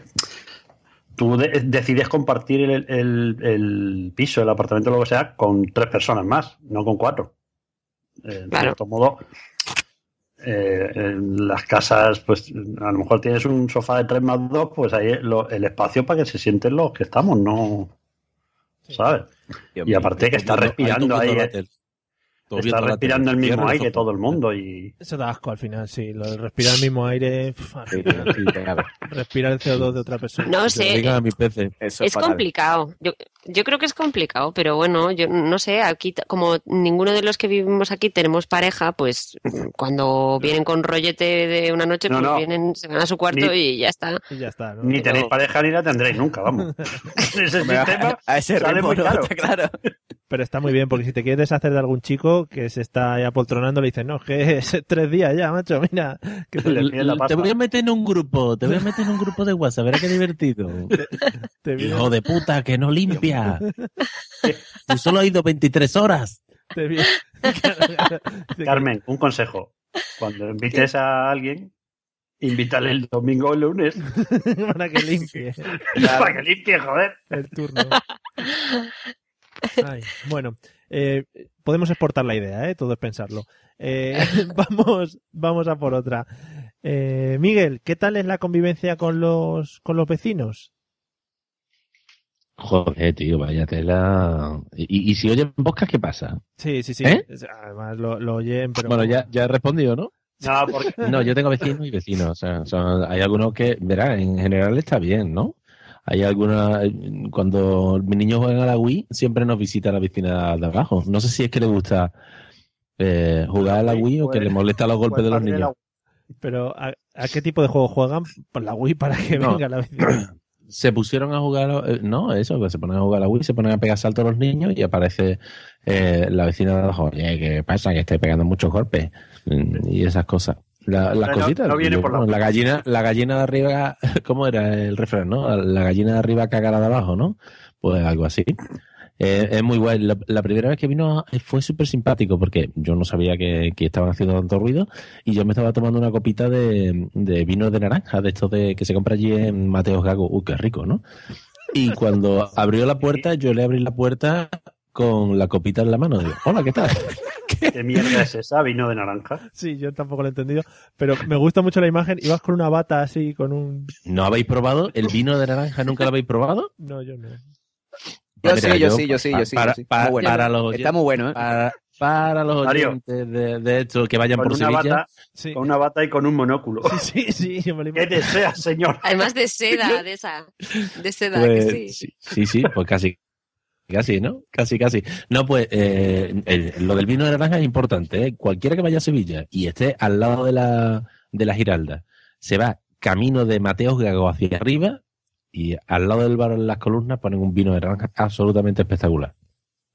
Speaker 4: tú de- decides compartir el, el- el piso, el apartamento, lo que sea, con tres personas más, no con cuatro. Eh, en cierto modo, eh, en las casas, pues a lo mejor tienes un sofá de tres más dos, pues ahí lo- el espacio para que se sienten los que estamos, no. ¿Sabes? Y aparte que está respirando ahí. eh, Está respirando el mismo aire todo el mundo y
Speaker 1: Eso da asco al final, sí. Lo de respirar el mismo aire. pff, al final. respirar el CO2 de otra persona.
Speaker 5: No sé. Diga a mi
Speaker 1: Eso
Speaker 5: Es complicado. Yo, yo creo que es complicado, pero bueno, yo no sé, aquí t- como ninguno de los que vivimos aquí tenemos pareja, pues mm, cuando vienen con rollete de una noche,
Speaker 4: No,
Speaker 5: pues
Speaker 4: no.
Speaker 5: vienen, se van a su cuarto
Speaker 4: Ni-
Speaker 5: y ya está.
Speaker 1: Y ya está,
Speaker 4: ni tenéis pareja ni la tendréis nunca, vamos. Ese
Speaker 2: Hombre, a-
Speaker 4: sistema
Speaker 2: a ese
Speaker 4: sale
Speaker 2: ritmo
Speaker 4: muy
Speaker 2: no,
Speaker 4: caro.
Speaker 2: está claro.
Speaker 1: Pero está muy bien, porque si te quieres deshacer de algún chico que se está ahí apoltronando, le dices, no, es que es tres días ya, macho, mira. Que te,
Speaker 3: Te voy a meter en un grupo, te voy a meter en un grupo de WhatsApp, verás qué divertido.
Speaker 1: te viene-
Speaker 3: Hijo de puta, que no limpia. Tú solo has ido 23 horas.
Speaker 1: te viene-
Speaker 4: Carmen, un consejo. Cuando invites a alguien, invítale el domingo o el lunes
Speaker 1: para que limpie.
Speaker 4: para que limpie, joder.
Speaker 1: El turno. Ay, bueno, eh, podemos exportar la idea, ¿eh? todo es pensarlo. Eh, vamos, vamos a por otra. Eh, Miguel, ¿qué tal es la convivencia con los, con los vecinos?
Speaker 3: Joder, tío, vaya tela. ¿Y, y si oyen podcast, qué pasa?
Speaker 1: Sí, sí, sí.
Speaker 3: ¿Eh?
Speaker 1: Es- Además lo, lo oyen, pero...
Speaker 3: Bueno, ya, ya he respondido, ¿no?
Speaker 4: No, porque...
Speaker 3: No, yo tengo vecinos y vecinos. O sea, son- hay algunos que, verá, en general está bien, ¿no? Hay alguna. Cuando mis niños juegan a la Wii, siempre nos visita la vecina de abajo. No sé si es que le gusta eh, jugar a la Wii o
Speaker 4: pues,
Speaker 3: que le molesta los golpes de los niños.
Speaker 1: Pero ¿a, a qué tipo de juego juegan? Por la Wii para que
Speaker 3: No.
Speaker 1: venga la vecina.
Speaker 3: se pusieron a jugar, eh, no, eso, que se ponen a jugar a la Wii, se ponen a pegar salto a los niños y aparece eh, la vecina de abajo, oye, ¿qué pasa? Que estoy pegando muchos golpes Mm, y esas cosas. La- las
Speaker 4: Pero no-
Speaker 3: cositas.
Speaker 4: no viene
Speaker 3: yo,
Speaker 4: por la-
Speaker 3: bueno, gallina, la gallina de arriba, ¿cómo era el refrán, no? La gallina de arriba caga la de abajo, ¿no? Pues algo así. Eh, es muy guay. La, la primera vez que vino eh, fue súper simpático porque yo no sabía que, que estaban haciendo tanto ruido y yo me estaba tomando una copita de, de vino de naranja, de estos de, que se compra allí en Mateos Gago. ¡Uh, qué rico, ¿no? Y cuando abrió la puerta, yo le abrí la puerta con la copita en la mano. Digo, Hola, ¿qué tal?
Speaker 4: ¿Qué mierda es esa? Vino de naranja.
Speaker 1: Sí, yo tampoco lo he entendido. Pero me gusta mucho la imagen. Ibas con una bata así, con un...
Speaker 3: ¿No habéis probado el vino de naranja? ¿Nunca lo habéis probado?
Speaker 1: No, yo no.
Speaker 2: Yo
Speaker 3: Mira,
Speaker 2: sí, yo sí, yo sí,
Speaker 3: pa-
Speaker 2: yo sí,
Speaker 3: Para,
Speaker 2: yo sí.
Speaker 3: para-
Speaker 2: Muy bueno.
Speaker 3: para los
Speaker 2: Está muy bueno, ¿eh?
Speaker 3: Para, para los
Speaker 2: Mario.
Speaker 3: oyentes de, de esto que vayan
Speaker 4: Con
Speaker 3: por
Speaker 4: una,
Speaker 3: Sevilla.
Speaker 4: bata, con una bata y con un monóculo.
Speaker 1: Sí, sí, yo me lo
Speaker 4: ¿Qué deseas, señor?
Speaker 5: Además de seda, de esa, de seda,
Speaker 3: Pues,
Speaker 5: que sí.
Speaker 3: sí, sí, sí, pues casi. Casi, ¿no? Casi, casi. No, pues eh, el- lo del vino de naranja es importante. ¿eh? Cualquiera que vaya a Sevilla y esté al lado de la, de la Giralda, se va camino de Mateos Gago hacia arriba y al lado del bar en las columnas ponen un vino de naranja absolutamente espectacular.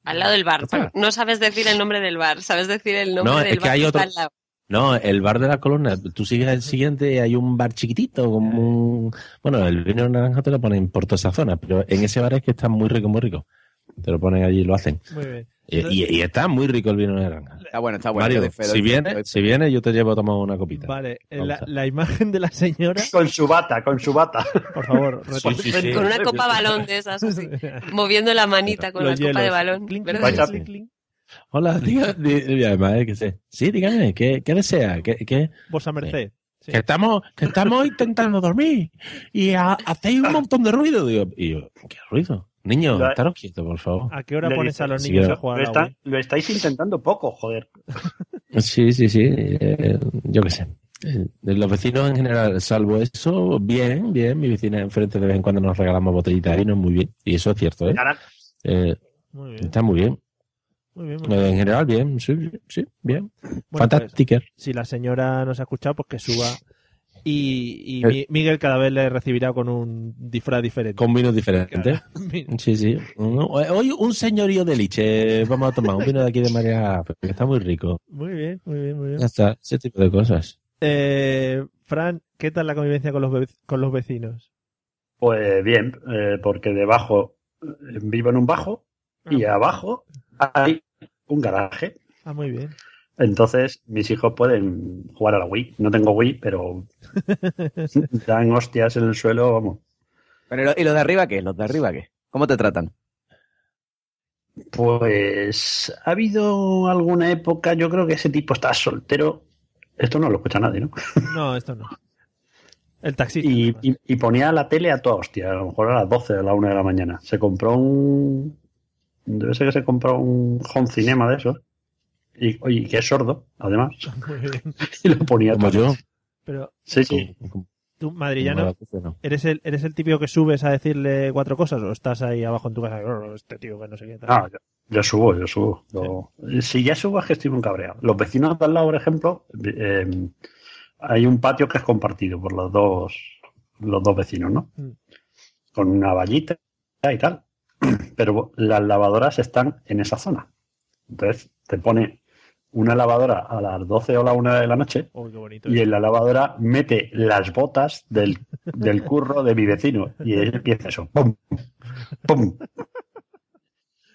Speaker 5: Al lado del bar. No sabes decir el nombre del bar, sabes decir el nombre
Speaker 3: No, es
Speaker 5: del
Speaker 3: que
Speaker 5: bar.
Speaker 3: hay
Speaker 5: está
Speaker 3: otro-
Speaker 5: al lado.
Speaker 3: No, el bar de las columnas, tú sigues el siguiente y hay un bar chiquitito,
Speaker 2: Ah.
Speaker 3: como un... Bueno, el vino de naranja te lo ponen por toda esa zona, pero en ese bar es que está muy rico, muy rico. Te lo ponen allí y lo hacen. Eh,
Speaker 1: Muy bien.
Speaker 3: Y, y- y está muy rico el vino de naranja.
Speaker 2: Está bueno, está bueno.
Speaker 3: Mario,
Speaker 2: yo doy fe, doy
Speaker 3: si
Speaker 2: fe,
Speaker 3: viene,
Speaker 2: doy
Speaker 3: si viene, yo te llevo a tomar una copita.
Speaker 1: Vale, eh,
Speaker 3: Vamos
Speaker 1: la,
Speaker 3: a-
Speaker 1: la imagen de la señora...
Speaker 4: Con su bata, con su bata.
Speaker 1: Por favor,
Speaker 3: Sí, sí, sí.
Speaker 5: Con una copa balón de esas, así, moviendo la manita con
Speaker 3: Los
Speaker 5: la copa de
Speaker 3: hielos.
Speaker 5: balón. ¿verdad?
Speaker 3: Hola, diga, di- y además, eh, que sé. Sí, dígame, ¿qué, qué desea? ¿Qué, qué- Eh,
Speaker 1: Vos Pues a merced. Sí.
Speaker 3: Que estamos, que estamos intentando dormir y ha- hacéis un montón de ruido. Digo, y yo, ¿qué ruido? Niño,
Speaker 4: Lo-
Speaker 3: estaros quietos, por favor.
Speaker 1: ¿A qué hora
Speaker 4: Le
Speaker 1: pones
Speaker 4: dice,
Speaker 1: a los
Speaker 3: sí,
Speaker 1: niños
Speaker 3: que-
Speaker 1: a jugar
Speaker 4: Lo,
Speaker 1: a la
Speaker 4: está-
Speaker 1: Wii?
Speaker 4: lo estáis intentando poco, joder.
Speaker 3: Sí, sí, sí. eh, yo qué sé. Eh, Los vecinos en general, salvo eso, bien, bien. Mi vecina enfrente de vez en cuando nos regalamos botellitas de vino, muy bien. Y eso es cierto, ¿eh? Eh,
Speaker 1: Muy bien.
Speaker 3: está muy bien.
Speaker 1: Muy bien, muy
Speaker 3: Eh, En general, bien, sí, sí, sí, bien.
Speaker 1: Bueno, pues,
Speaker 3: Fantástico.
Speaker 1: si la señora nos ha escuchado, pues que suba. Y, y
Speaker 3: Eh.
Speaker 1: Mi- Miguel cada vez le recibirá con un disfraz diferente.
Speaker 3: Con vinos diferentes.
Speaker 1: Mira.
Speaker 3: Sí, sí. Uno- eh, Hoy un señorío de liche. Vamos a tomar un vino de aquí de María, que está muy rico.
Speaker 1: Muy bien, muy bien, muy bien.
Speaker 3: Ya está, ese tipo de cosas.
Speaker 1: Eh, Fran, ¿qué tal la convivencia con los, ve- con los vecinos?
Speaker 4: Pues bien, eh, porque debajo eh, vivo en un bajo y abajo hay un garaje.
Speaker 1: Ah, muy bien.
Speaker 4: Entonces mis hijos pueden jugar a la Wii. No tengo Wii, pero dan hostias en el suelo, vamos.
Speaker 2: Pero, ¿y lo- ¿y los de arriba qué? ¿Los de arriba qué? ¿Cómo te tratan?
Speaker 4: Pues ha habido alguna época, yo creo que ese tipo está soltero. Esto no lo escucha nadie, ¿no?
Speaker 1: No, esto no. El taxista.
Speaker 4: Y, y- y ponía la tele a toda hostia, a lo mejor a las 12 a la 1 de la mañana. Se compró un. Debe ser que se compró un home cinema de esos. Y, oye, que es sordo, además.
Speaker 1: Muy bien.
Speaker 4: Y lo ponía Como yo.
Speaker 1: Pero
Speaker 4: Sí, sí.
Speaker 1: tú, madrillano,
Speaker 4: Como la-
Speaker 1: ¿eres el, ¿eres el típico que subes a decirle cuatro cosas o estás ahí abajo en tu casa? "Oh, Este tío que no sé qué tal"?
Speaker 4: Ah, yo, yo subo, yo subo. Yo- Si ya subo es que estoy muy cabreado. Los vecinos de al lado, por ejemplo, eh, hay un patio que es compartido por los dos, los dos vecinos, ¿no?
Speaker 1: Mm.
Speaker 4: Con una vallita y tal. Pero las lavadoras están en esa zona. Entonces te pone una lavadora a las 12 o la 1 de la noche
Speaker 1: Uy, qué bonito.
Speaker 4: y en la lavadora mete las botas del, del curro de mi vecino. Y él empieza eso. ¡Pum! ¡Pum!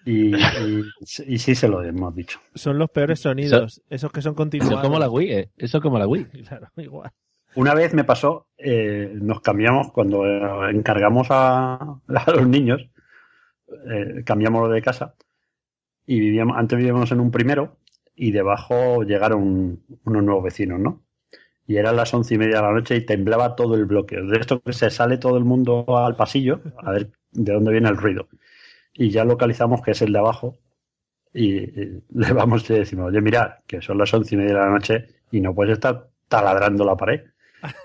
Speaker 4: Y, y, y sí se lo hemos dicho.
Speaker 1: Son los peores sonidos, esos que son continuados.
Speaker 4: eso como la
Speaker 3: Wii, eh. Eso como la Wii.
Speaker 1: Claro, igual.
Speaker 4: Una vez me pasó, eh, nos cambiamos cuando eh, encargamos a, a los niños, eh, cambiamos de casa y vivíamos, antes vivíamos en un primero y debajo llegaron unos nuevos vecinos, ¿no? Y eran las once y media de la noche y temblaba todo el bloque. De esto que se sale todo el mundo al pasillo a ver de dónde viene el ruido. Y ya localizamos que es el de abajo y eh, le vamos y le decimos, oye, mira, que son las once y media de la noche y no puedes estar taladrando la pared.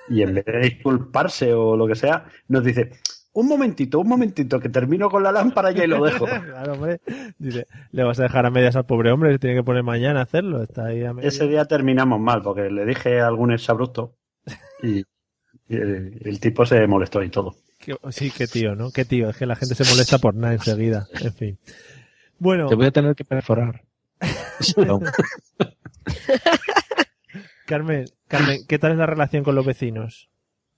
Speaker 4: Y en vez de disculparse o lo que sea, nos dice, un momentito, un momentito, que termino con la lámpara ya y lo dejo.
Speaker 1: claro, hombre. Dice, le vas a dejar a medias al pobre hombre, se tiene que poner mañana a hacerlo. Está ahí a medias.
Speaker 4: Ese día terminamos mal, porque le dije a algún exabrupto y, y el, el tipo se molestó y todo.
Speaker 1: Qué- sí, qué tío, ¿no? Qué tío, es que la gente se molesta por nada enseguida. En fin. Bueno,
Speaker 3: Te voy a tener que perforar. Perdón.
Speaker 1: Carmen, Carmen, ¿qué tal es la relación con los vecinos?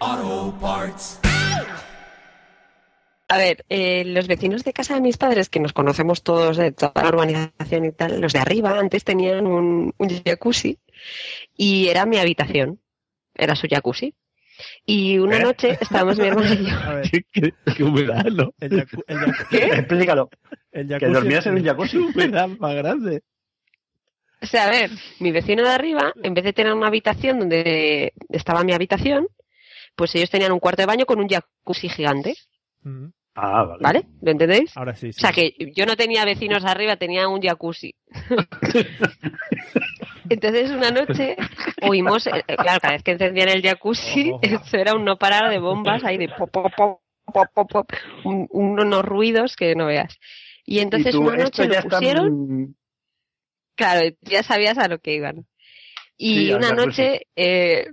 Speaker 6: Auto parts.
Speaker 5: A ver, eh, los vecinos de casa de mis padres, que nos conocemos todos de toda la urbanización y tal, los de arriba antes tenían un, un jacuzzi y era mi habitación, era su jacuzzi. Y una
Speaker 4: ¿Eh?
Speaker 5: noche estábamos mi hermana y yo.
Speaker 4: Qué, qué- qué humedad, ¿no? Explícalo. que dormías en un jacuzzi.
Speaker 3: humedad más grande.
Speaker 5: O sea, a ver, mi vecino de arriba, en vez de tener una habitación donde estaba mi habitación, pues ellos tenían un cuarto de baño con un jacuzzi gigante,
Speaker 4: Ah, vale. Ah,
Speaker 5: ¿vale? ¿Lo entendéis?
Speaker 1: Ahora sí, sí.
Speaker 5: O sea que yo no tenía vecinos arriba, tenía un jacuzzi. Entonces una noche oímos, eh, claro, cada vez que encendían el jacuzzi, eso era un no parar de bombas ahí de pop, pop, pop, pop, pop, pop, un- unos ruidos que no veas. Y entonces
Speaker 4: Y tú,
Speaker 5: una
Speaker 4: esto
Speaker 5: noche
Speaker 4: ya
Speaker 5: lo
Speaker 4: está
Speaker 5: pusieron,
Speaker 4: muy-
Speaker 5: claro, ya sabías a lo que iban. Y
Speaker 4: Sí, al
Speaker 5: una
Speaker 4: jacuzzi.
Speaker 5: noche eh,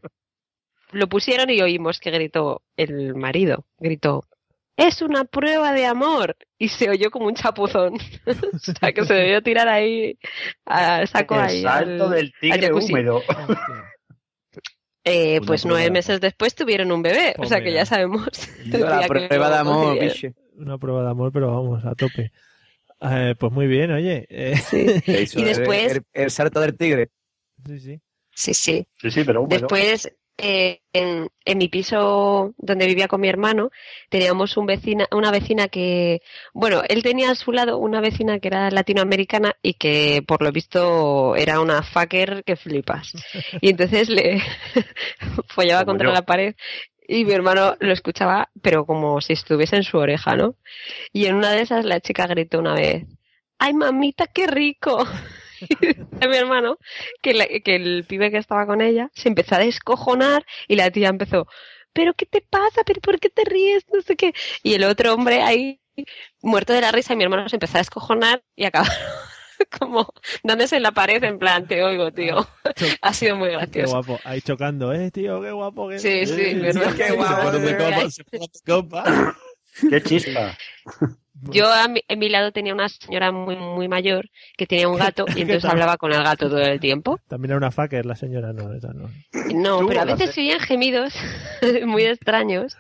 Speaker 5: lo pusieron y oímos que gritó el marido, gritó, es una prueba de amor. Y se oyó como un chapuzón. o sea, que se debió tirar ahí, a saco
Speaker 4: El
Speaker 5: ahí.
Speaker 4: salto
Speaker 5: al-
Speaker 4: del tigre
Speaker 5: al jacuzzi.
Speaker 4: húmedo.
Speaker 5: Eh, pues
Speaker 1: prueba de
Speaker 5: nueve
Speaker 1: amor.
Speaker 5: meses después tuvieron un bebé. o
Speaker 1: Pues
Speaker 5: sea, que
Speaker 1: mira.
Speaker 5: ya sabemos.
Speaker 2: La
Speaker 5: tendría que-
Speaker 2: prueba de amor, biche.
Speaker 1: Eh, Una prueba de amor, pero vamos, a tope. Eh, pues muy bien, oye. Eh,
Speaker 2: Te hizo
Speaker 5: Y después-
Speaker 2: El, el- el salto del tigre.
Speaker 1: Sí, sí.
Speaker 5: Sí, sí.
Speaker 4: Sí, sí, pero húmedo.
Speaker 5: Después, eh, en, en mi piso donde vivía con mi hermano, teníamos un vecina, una vecina que, bueno, él tenía a su lado una vecina que era latinoamericana y que por lo visto era una fucker que flipas. Y entonces le follaba
Speaker 4: Como
Speaker 5: contra
Speaker 4: yo.
Speaker 5: la pared y mi hermano lo escuchaba, pero como si estuviese en su oreja, ¿no? Y en una de esas la chica gritó una vez, ¡ay mamita, qué rico! Y dice mi hermano que, la- que el pibe que estaba con ella se empezó a descojonar y la tía empezó, ¿pero qué te pasa? ¿Pero por qué te ríes? No sé qué. Y el otro hombre ahí, muerto de la risa, y mi hermano se empezó a descojonar y acabaron como dándose en la pared en plan, te oigo, tío. ha sido muy
Speaker 1: Qué
Speaker 5: gracioso.
Speaker 1: guapo, ahí chocando, ¿eh, tío? Qué guapo. Qué...
Speaker 5: pues, Sí, sí, mi hermano.
Speaker 1: qué guapo.
Speaker 5: Se fue a tu copa, se
Speaker 4: Qué chispa.
Speaker 5: Yo a mi, en mi lado tenía una señora muy, muy mayor que tenía un gato y
Speaker 1: ¿Qué
Speaker 5: entonces
Speaker 1: tal?
Speaker 5: hablaba con el gato todo el tiempo.
Speaker 1: También era una fucker la señora, no, esa no.
Speaker 5: No,
Speaker 1: Tú,
Speaker 5: pero a
Speaker 1: la
Speaker 5: veces
Speaker 1: se-
Speaker 5: se oían gemidos muy extraños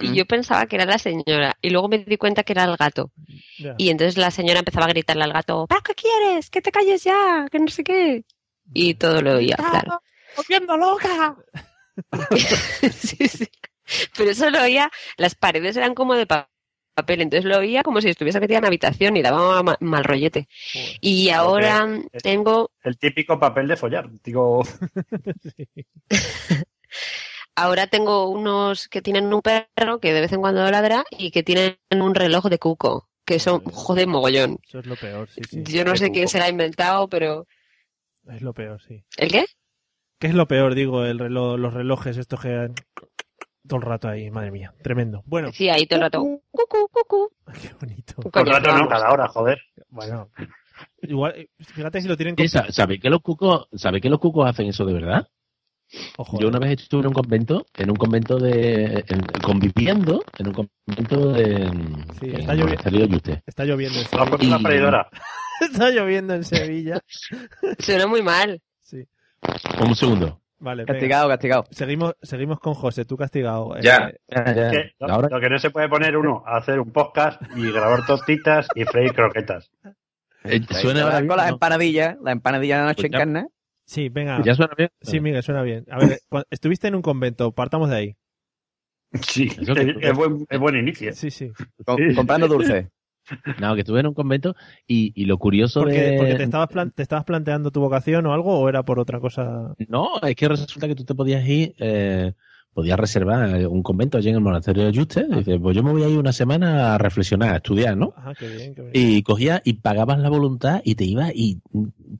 Speaker 5: y yo pensaba que era la señora y luego me di cuenta que era el gato.
Speaker 1: Ya.
Speaker 5: Y entonces la señora empezaba a gritarle al gato, ¿pero qué quieres? Que te calles ya, que no sé qué. Y todo lo oía, Oh, claro.
Speaker 6: ¡Cogiendo loca!
Speaker 5: Pero eso lo oía, las paredes eran como de pa- papel, entonces lo oía como si estuviese metida en la habitación y daba ma- mal rollete. Y ahora
Speaker 4: es-
Speaker 5: tengo,
Speaker 4: El típico papel de follar. Digo,
Speaker 5: ahora tengo unos que tienen un perro que de vez en cuando ladra y que tienen un reloj de cuco, que son, joder, mogollón.
Speaker 1: Eso es lo peor, sí, sí.
Speaker 5: Yo no sé quién se la ha inventado, pero...
Speaker 1: Es lo peor, sí.
Speaker 5: ¿El qué?
Speaker 1: ¿Qué es lo peor, digo, el reloj, los relojes estos que... Todo el rato ahí, madre mía, tremendo. Bueno,
Speaker 5: Sí, ahí todo el rato. Cucu, cucu. Qué bonito.
Speaker 4: por rato no, cada hora, joder.
Speaker 1: Bueno. Igual, eh, fíjate si lo tienen...
Speaker 3: Oye, sa- ¿Sabéis que los cucos, sabéis que los cucos hacen eso de verdad?
Speaker 1: Ojo.
Speaker 3: Yo una vez estuve en un convento, en un convento de en- conviviendo, en un convento de en-
Speaker 1: Sí,
Speaker 3: en
Speaker 1: está
Speaker 3: el
Speaker 1: llovi-
Speaker 3: monasterio de Yuste.
Speaker 1: Está lloviendo en
Speaker 3: La
Speaker 1: Sevilla.
Speaker 3: puerta de la freidora.
Speaker 1: Está lloviendo en Sevilla.
Speaker 5: Suena muy mal.
Speaker 1: Sí.
Speaker 3: Un segundo.
Speaker 1: Vale,
Speaker 2: Castigado,
Speaker 1: castigado. Seguimos, seguimos con José, tú castigado. eh.
Speaker 4: Que lo, lo que no se puede poner uno, hacer un podcast y grabar tortitas y freír croquetas.
Speaker 2: Eh, Suena ahora con las empanadillas, la empanadilla de la
Speaker 4: Pues
Speaker 2: noche encarna.
Speaker 1: Sí, venga.
Speaker 2: Ya suena bien.
Speaker 1: Ah. Sí, Miguel, suena bien. A ver, cu- estuviste en un convento, partamos de ahí.
Speaker 4: Sí,
Speaker 3: Eso que- es
Speaker 4: buen, inicio.
Speaker 1: Sí, sí.
Speaker 3: comprando dulce. No, que estuve en un convento y, y lo curioso
Speaker 1: Porque,
Speaker 3: de...
Speaker 1: porque te, estabas plan- te estabas planteando tu vocación o algo, o era por otra cosa.
Speaker 3: No, es que resulta que tú te podías ir, eh, podías reservar un convento allí en el monasterio de Yuste. y Dices, pues yo me voy a ir una semana a reflexionar, a estudiar, ¿no?
Speaker 1: Ah, qué bien, qué bien.
Speaker 3: Y cogías y pagabas la voluntad y te ibas y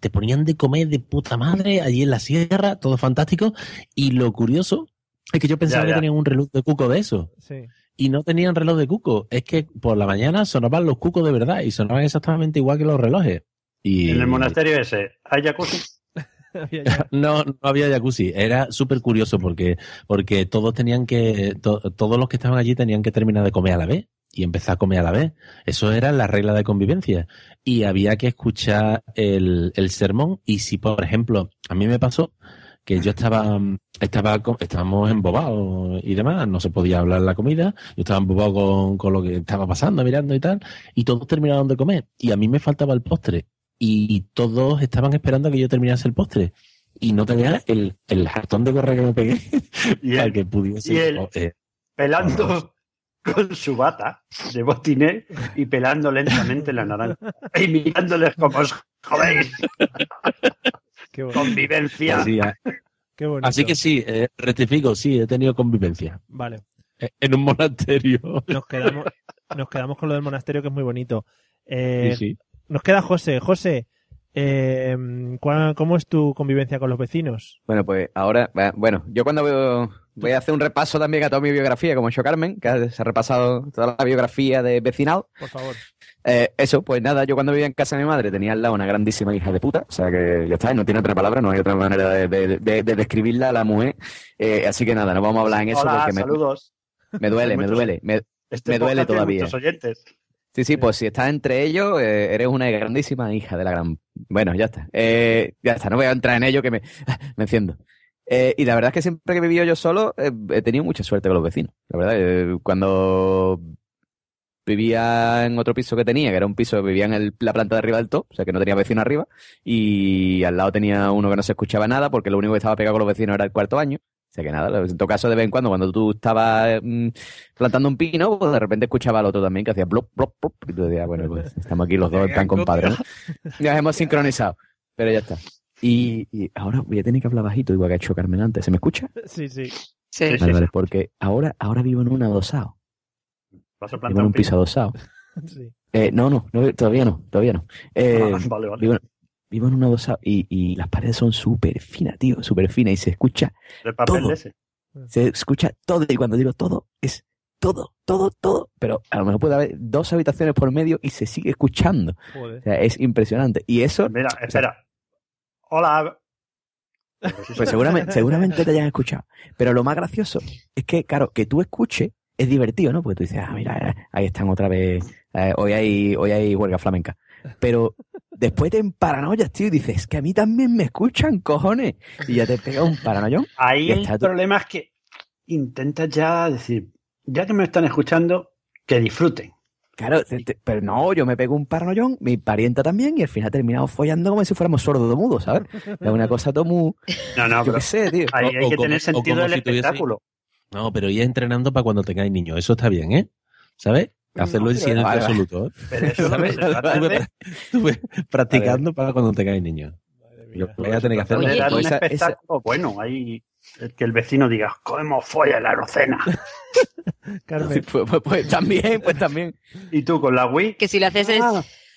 Speaker 3: te ponían de comer de puta madre allí en la sierra, todo fantástico. Y lo curioso es que yo pensaba
Speaker 1: Ya, ya.
Speaker 3: que tenían un reloj de cuco de eso.
Speaker 1: Sí.
Speaker 3: Y no tenían reloj de cuco. Es que por la mañana sonaban los cucos de verdad y sonaban exactamente igual que los relojes. Y...
Speaker 4: En el monasterio ese, ¿hay jacuzzi?
Speaker 3: No, no había jacuzzi. Era súper curioso porque, porque todos tenían que, to- todos los que estaban allí tenían que terminar de comer a la vez y empezar a comer a la vez. Eso era la regla de convivencia. Y había que escuchar el, el sermón. Y si, por ejemplo, a mí me pasó que yo estaba, estaba, co- estábamos embobados y demás, no se podía hablar la comida, yo estaba embobado con, con lo que estaba pasando, mirando y tal, y todos terminaron de comer, y a mí me faltaba el postre, y todos estaban esperando a que yo terminase el postre, y no tenía el, el jartón de correa que me pegué para que pudiese...
Speaker 4: y el-
Speaker 3: eh,
Speaker 4: pelando con su bata de botiné y pelando lentamente la naranja y mirándoles como os jodéis.
Speaker 1: Qué bonito.
Speaker 2: Pues
Speaker 4: Convivencia.
Speaker 3: así, a-
Speaker 1: Qué bonito.
Speaker 3: así que sí, eh, rectifico, sí, he tenido convivencia
Speaker 1: Vale,
Speaker 3: eh, en un monasterio.
Speaker 1: nos quedamos, nos quedamos con lo del monasterio que es muy bonito. Eh,
Speaker 3: Sí, sí.
Speaker 1: Nos queda José. José, eh, ¿cuá- ¿cómo es tu convivencia con los vecinos?
Speaker 2: Bueno, pues ahora, va- bueno, yo cuando veo- voy a hacer un repaso también a toda mi biografía, como ha hecho Carmen, que se ha repasado toda la biografía de vecinal.
Speaker 1: Por favor.
Speaker 2: Eh, eso, pues nada, yo cuando vivía en casa de mi madre tenía al lado una grandísima hija de puta, o sea que ya está, no tiene otra palabra, no hay otra manera de, de- de- de describirla a la mujer. Eh, así que nada, no vamos a hablar en eso
Speaker 4: Hola,
Speaker 2: porque me,
Speaker 4: saludos.
Speaker 2: me duele, me
Speaker 4: Muchos-
Speaker 2: duele, me,
Speaker 4: Este
Speaker 2: me
Speaker 4: podcast tiene
Speaker 2: duele todavía.
Speaker 4: Muchos oyentes.
Speaker 2: Sí, sí, pues si estás entre ellos, eh, eres una grandísima hija de la gran. Bueno, ya está. Eh, ya está, no voy a entrar en ello que me, ah, me enciendo. Eh, y la verdad es que siempre que he vivido yo solo, eh, he tenido mucha suerte con los vecinos. La verdad, eh, cuando vivía en otro piso que tenía, que era un piso, vivía en el- la planta de arriba del top, o sea que no tenía vecino arriba, y al lado tenía uno que no se escuchaba nada, porque lo único que estaba pegado con los vecinos era el cuarto año. O sea que nada, en todo caso, de vez en cuando, cuando tú estabas mm, plantando un pino, pues de repente escuchaba al otro también que hacía blop, blop, blop, y tú decías, bueno, pues estamos aquí los dos tan compadres, ¿no? Nos hemos sincronizado, pero ya está. Y, y ahora voy a tener que hablar bajito, igual que ha hecho Carmen antes. ¿Se me escucha?
Speaker 1: Sí, sí.
Speaker 5: Sí.
Speaker 2: Vale, vale,
Speaker 3: pues
Speaker 2: porque ahora, ahora vivo en un adosado.
Speaker 4: Vas a
Speaker 2: Vivo
Speaker 4: plantar
Speaker 2: en un
Speaker 4: un
Speaker 2: piso
Speaker 4: piso.
Speaker 2: adosado. Eh, no, no, no, todavía no, todavía no. Eh,
Speaker 4: Ah, vale, vale.
Speaker 2: Vivo, en- vivo en una adosado y, y las paredes son súper finas, tío, súper finas y se escucha
Speaker 4: De papel
Speaker 2: todo.
Speaker 4: ese.
Speaker 2: Se escucha todo y cuando digo todo es todo, todo, todo. Pero a lo mejor puede haber dos habitaciones por medio y se sigue escuchando.
Speaker 4: Joder.
Speaker 2: O sea, es impresionante. Y eso...
Speaker 4: Mira, espera. Hola.
Speaker 2: Pues seguramente, seguramente te hayan escuchado. Pero lo más gracioso es que, claro, que tú escuches es divertido, ¿no? Porque tú dices, ah, mira, eh, ahí están otra vez, eh, hoy, hay, hoy hay huelga flamenca. Pero después te emparanoias, tío, y dices, "Es que a mí también me escuchan, cojones. Y ya te pega un paranoión.
Speaker 4: Ahí
Speaker 2: y
Speaker 4: el
Speaker 2: está tú-
Speaker 4: problema es que intentas ya decir, ya que me están escuchando, que disfruten.
Speaker 2: Claro, te- te- pero no, yo me pego un paranoión, mi parienta también, y al final terminamos follando como si fuéramos sordos mudos, ¿sabes? Es una cosa todo muy...
Speaker 4: No, no,
Speaker 2: yo
Speaker 4: pero
Speaker 2: qué sé, tío.
Speaker 4: ahí hay que tener sentido del
Speaker 3: tuviese-
Speaker 4: espectáculo.
Speaker 3: No, pero ir entrenando para cuando tengáis niños. Eso está bien, ¿eh? ¿Sabes? Hacerlo en
Speaker 4: pero-
Speaker 3: silencio
Speaker 4: Vale, vale.
Speaker 3: absoluto. ¿eh?
Speaker 4: Pero eso es lo que se trata
Speaker 3: Estuve
Speaker 4: de-
Speaker 3: pra- estuve practicando para cuando tengáis niños. Lo voy a tener que hacer.
Speaker 4: Darle
Speaker 3: Esa-
Speaker 4: un
Speaker 3: esa-
Speaker 4: espectáculo bueno, ahí el que el vecino diga, comemos folla en la rocena.
Speaker 1: Carmen.
Speaker 2: Pues, pues- pues también, pues también.
Speaker 4: Y tú con la Wii.
Speaker 5: Que si lo haces es...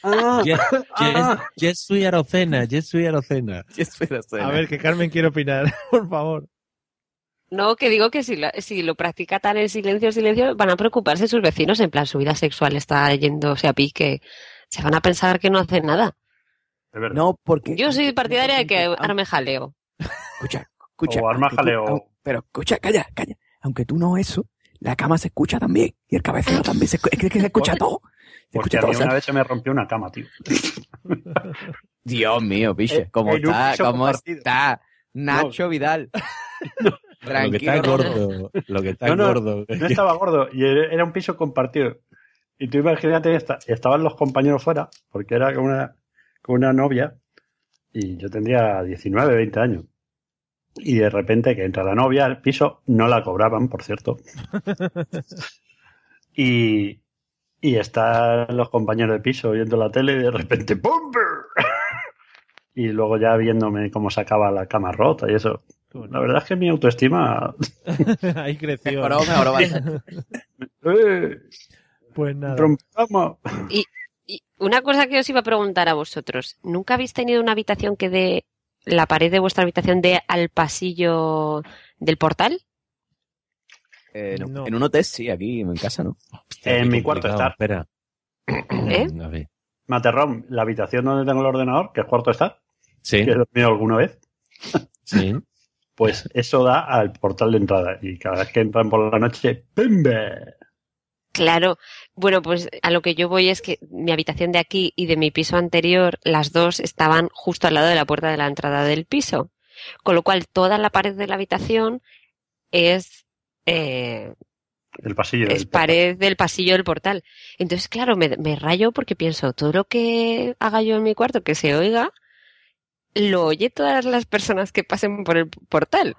Speaker 2: Ah,
Speaker 3: Yes, yes, yes, soy Arocena, yes, soy Arocena.
Speaker 1: A ver, que Carmen quiere opinar, por favor.
Speaker 5: No, que digo que si lo, si lo practica tan en silencio, silencio, van a preocuparse sus vecinos. En plan, su vida sexual está yéndose a pique. Se van a pensar que no hacen nada.
Speaker 2: No, porque...
Speaker 5: Yo soy partidaria de que arme jaleo.
Speaker 2: escucha,
Speaker 4: O arma
Speaker 2: aunque tú-
Speaker 4: jaleo.
Speaker 2: au- pero escucha, calla, calla. Aunque tú no eso, la cama se escucha también. Y el cabecero también. Se, escu- es que- es que se escucha todo. Se
Speaker 4: Porque
Speaker 2: escucha
Speaker 4: a mí
Speaker 2: todo. o sea,
Speaker 4: una vez se me rompió una cama, tío.
Speaker 2: Dios mío, piche.
Speaker 4: Eh,
Speaker 2: ¿Cómo
Speaker 4: en un
Speaker 2: está?
Speaker 4: piso
Speaker 2: ¿Cómo
Speaker 4: compartido.
Speaker 2: está? Nacho Vidal.
Speaker 3: Lo que está es
Speaker 2: Tranquilo.
Speaker 3: gordo. Lo que está
Speaker 4: No,
Speaker 3: es
Speaker 4: no,
Speaker 3: gordo.
Speaker 4: No estaba gordo y era era un piso compartido. Y tú imagínate, esta- estaban los compañeros fuera, porque era con una, con una novia, y yo tendría 19, 20 años. Y de repente que entra la novia al piso, no la cobraban, por cierto. Y, y están los compañeros de piso viendo la tele y de repente ¡pum! brr! Y luego ya viéndome cómo sacaba la cama rota y eso. La verdad es que mi autoestima
Speaker 1: Ahí creció.
Speaker 2: Mejoró, mejoró bastante.
Speaker 1: Pues nada.
Speaker 4: Rompamos.
Speaker 5: Y, y una cosa que os iba a preguntar a vosotros. ¿Nunca habéis tenido una habitación que dé la pared de vuestra habitación de al pasillo del portal?
Speaker 2: Eh, no.
Speaker 5: No.
Speaker 2: En un hotel, sí, aquí en casa, ¿no?
Speaker 4: En mi cuarto está.
Speaker 3: Espera.
Speaker 5: ¿Eh?
Speaker 3: A ver.
Speaker 4: Materrón, la habitación donde tengo el ordenador, que es cuarto está,
Speaker 3: Sí,
Speaker 4: que he dormido alguna vez,
Speaker 3: sí.
Speaker 4: pues eso da al portal de entrada. Y cada vez que entran por la noche, ¡pimbe!
Speaker 5: Claro. Bueno, pues a lo que yo voy es que mi habitación de aquí y de mi piso anterior, las dos estaban justo al lado de la puerta de la entrada del piso. Con lo cual, toda la pared de la habitación es, eh,
Speaker 4: El pasillo.
Speaker 5: es
Speaker 4: del-
Speaker 5: pared del pasillo del portal. Entonces, claro, me, me rayo porque pienso, todo lo que haga yo en mi cuarto que se oiga, lo oye todas las personas que pasen por el portal.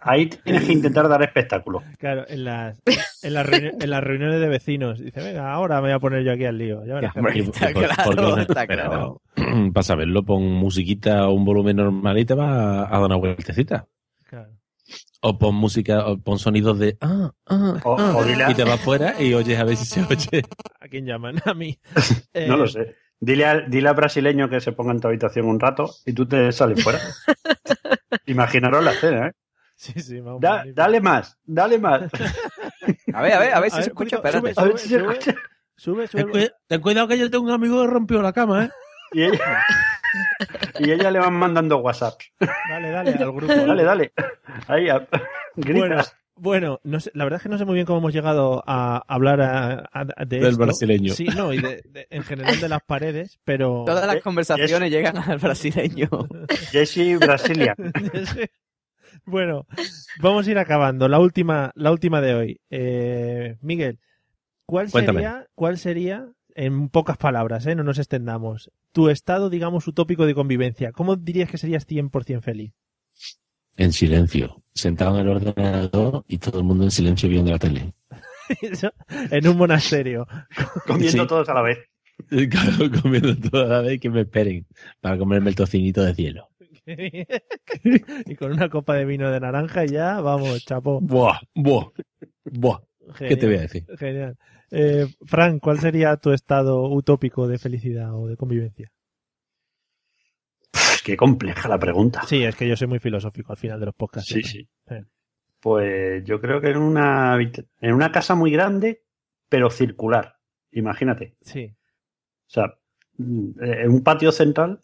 Speaker 4: Ahí tienes que intentar dar espectáculo.
Speaker 1: Claro, en las, en, las reuni- en las reuniones de vecinos. Dice, venga, ahora me voy a poner yo aquí al lío. Ya verás,
Speaker 3: Y- y
Speaker 1: Carmen.
Speaker 3: por- por lo menos- pero, Para saberlo, pon musiquita o un volumen normal y te va a dar una vueltecita.
Speaker 1: Claro.
Speaker 3: O pon música, o pon sonidos de ah, ah,
Speaker 4: O-
Speaker 3: ah,
Speaker 4: o dile a-
Speaker 3: y te va afuera y oyes a ver si se oye.
Speaker 1: ¿A quién llaman? A mí. Eh,
Speaker 4: No lo sé. Dile al, dile al brasileño que se ponga en tu habitación un rato y tú te sales fuera. Imaginaros la escena, ¿eh?
Speaker 1: Sí, sí, vamos.
Speaker 4: Da- dale más, dale más.
Speaker 2: A ver, a ver, a ver si
Speaker 1: A
Speaker 2: se
Speaker 1: ver,
Speaker 2: escucha.
Speaker 1: poquito,
Speaker 2: Espérate.
Speaker 1: sube,
Speaker 4: A ver si se
Speaker 1: sube.
Speaker 4: escucha.
Speaker 1: Sube,
Speaker 3: Ten,
Speaker 1: sube.
Speaker 3: cui- ten cuidado que yo tengo un amigo que rompió la cama, ¿eh?
Speaker 4: Y ella, y ella le van mandando WhatsApp.
Speaker 1: Dale, dale, al grupo.
Speaker 4: Dale, dale. Ahí, a- grita.
Speaker 1: Bueno, bueno no sé- la verdad es que no sé muy bien cómo hemos llegado a hablar a- a- de
Speaker 3: Del
Speaker 1: esto.
Speaker 3: brasileño.
Speaker 1: Sí, no, y de- de- en general de las paredes, pero... eh,
Speaker 2: Todas las conversaciones llegan al brasileño.
Speaker 4: eh, Jesse Brasilia.
Speaker 1: bueno, vamos a ir acabando. La última, la última de hoy. Eh, Miguel, ¿cuál
Speaker 3: Cuéntame.
Speaker 1: sería, cuál sería, en pocas palabras, eh, no nos extendamos, tu estado, digamos, utópico de convivencia? ¿Cómo dirías que serías 100% feliz?
Speaker 3: En silencio, sentado en el ordenador y todo el mundo en silencio viendo la tele.
Speaker 1: Eso, en un monasterio.
Speaker 4: Comiendo
Speaker 3: Sí.
Speaker 4: todos a la vez.
Speaker 3: Claro, comiendo toda la vez que me esperen para comerme el tocinito de cielo.
Speaker 1: y con una copa de vino de naranja y ya, vamos, chapo.
Speaker 3: Buah, buah, buah. ¿Qué te voy a
Speaker 1: Genial,
Speaker 3: decir?
Speaker 1: Genial. Eh, Frank, ¿cuál sería tu estado utópico de felicidad o de convivencia?
Speaker 4: Qué compleja la pregunta.
Speaker 1: Sí, es que yo soy muy filosófico al final de los podcasts.
Speaker 4: Sí,
Speaker 1: siempre. Eh,
Speaker 4: Pues yo creo que en una, habita- en una casa muy grande, pero circular. Imagínate.
Speaker 1: Sí.
Speaker 4: O sea, mm, eh, un patio central,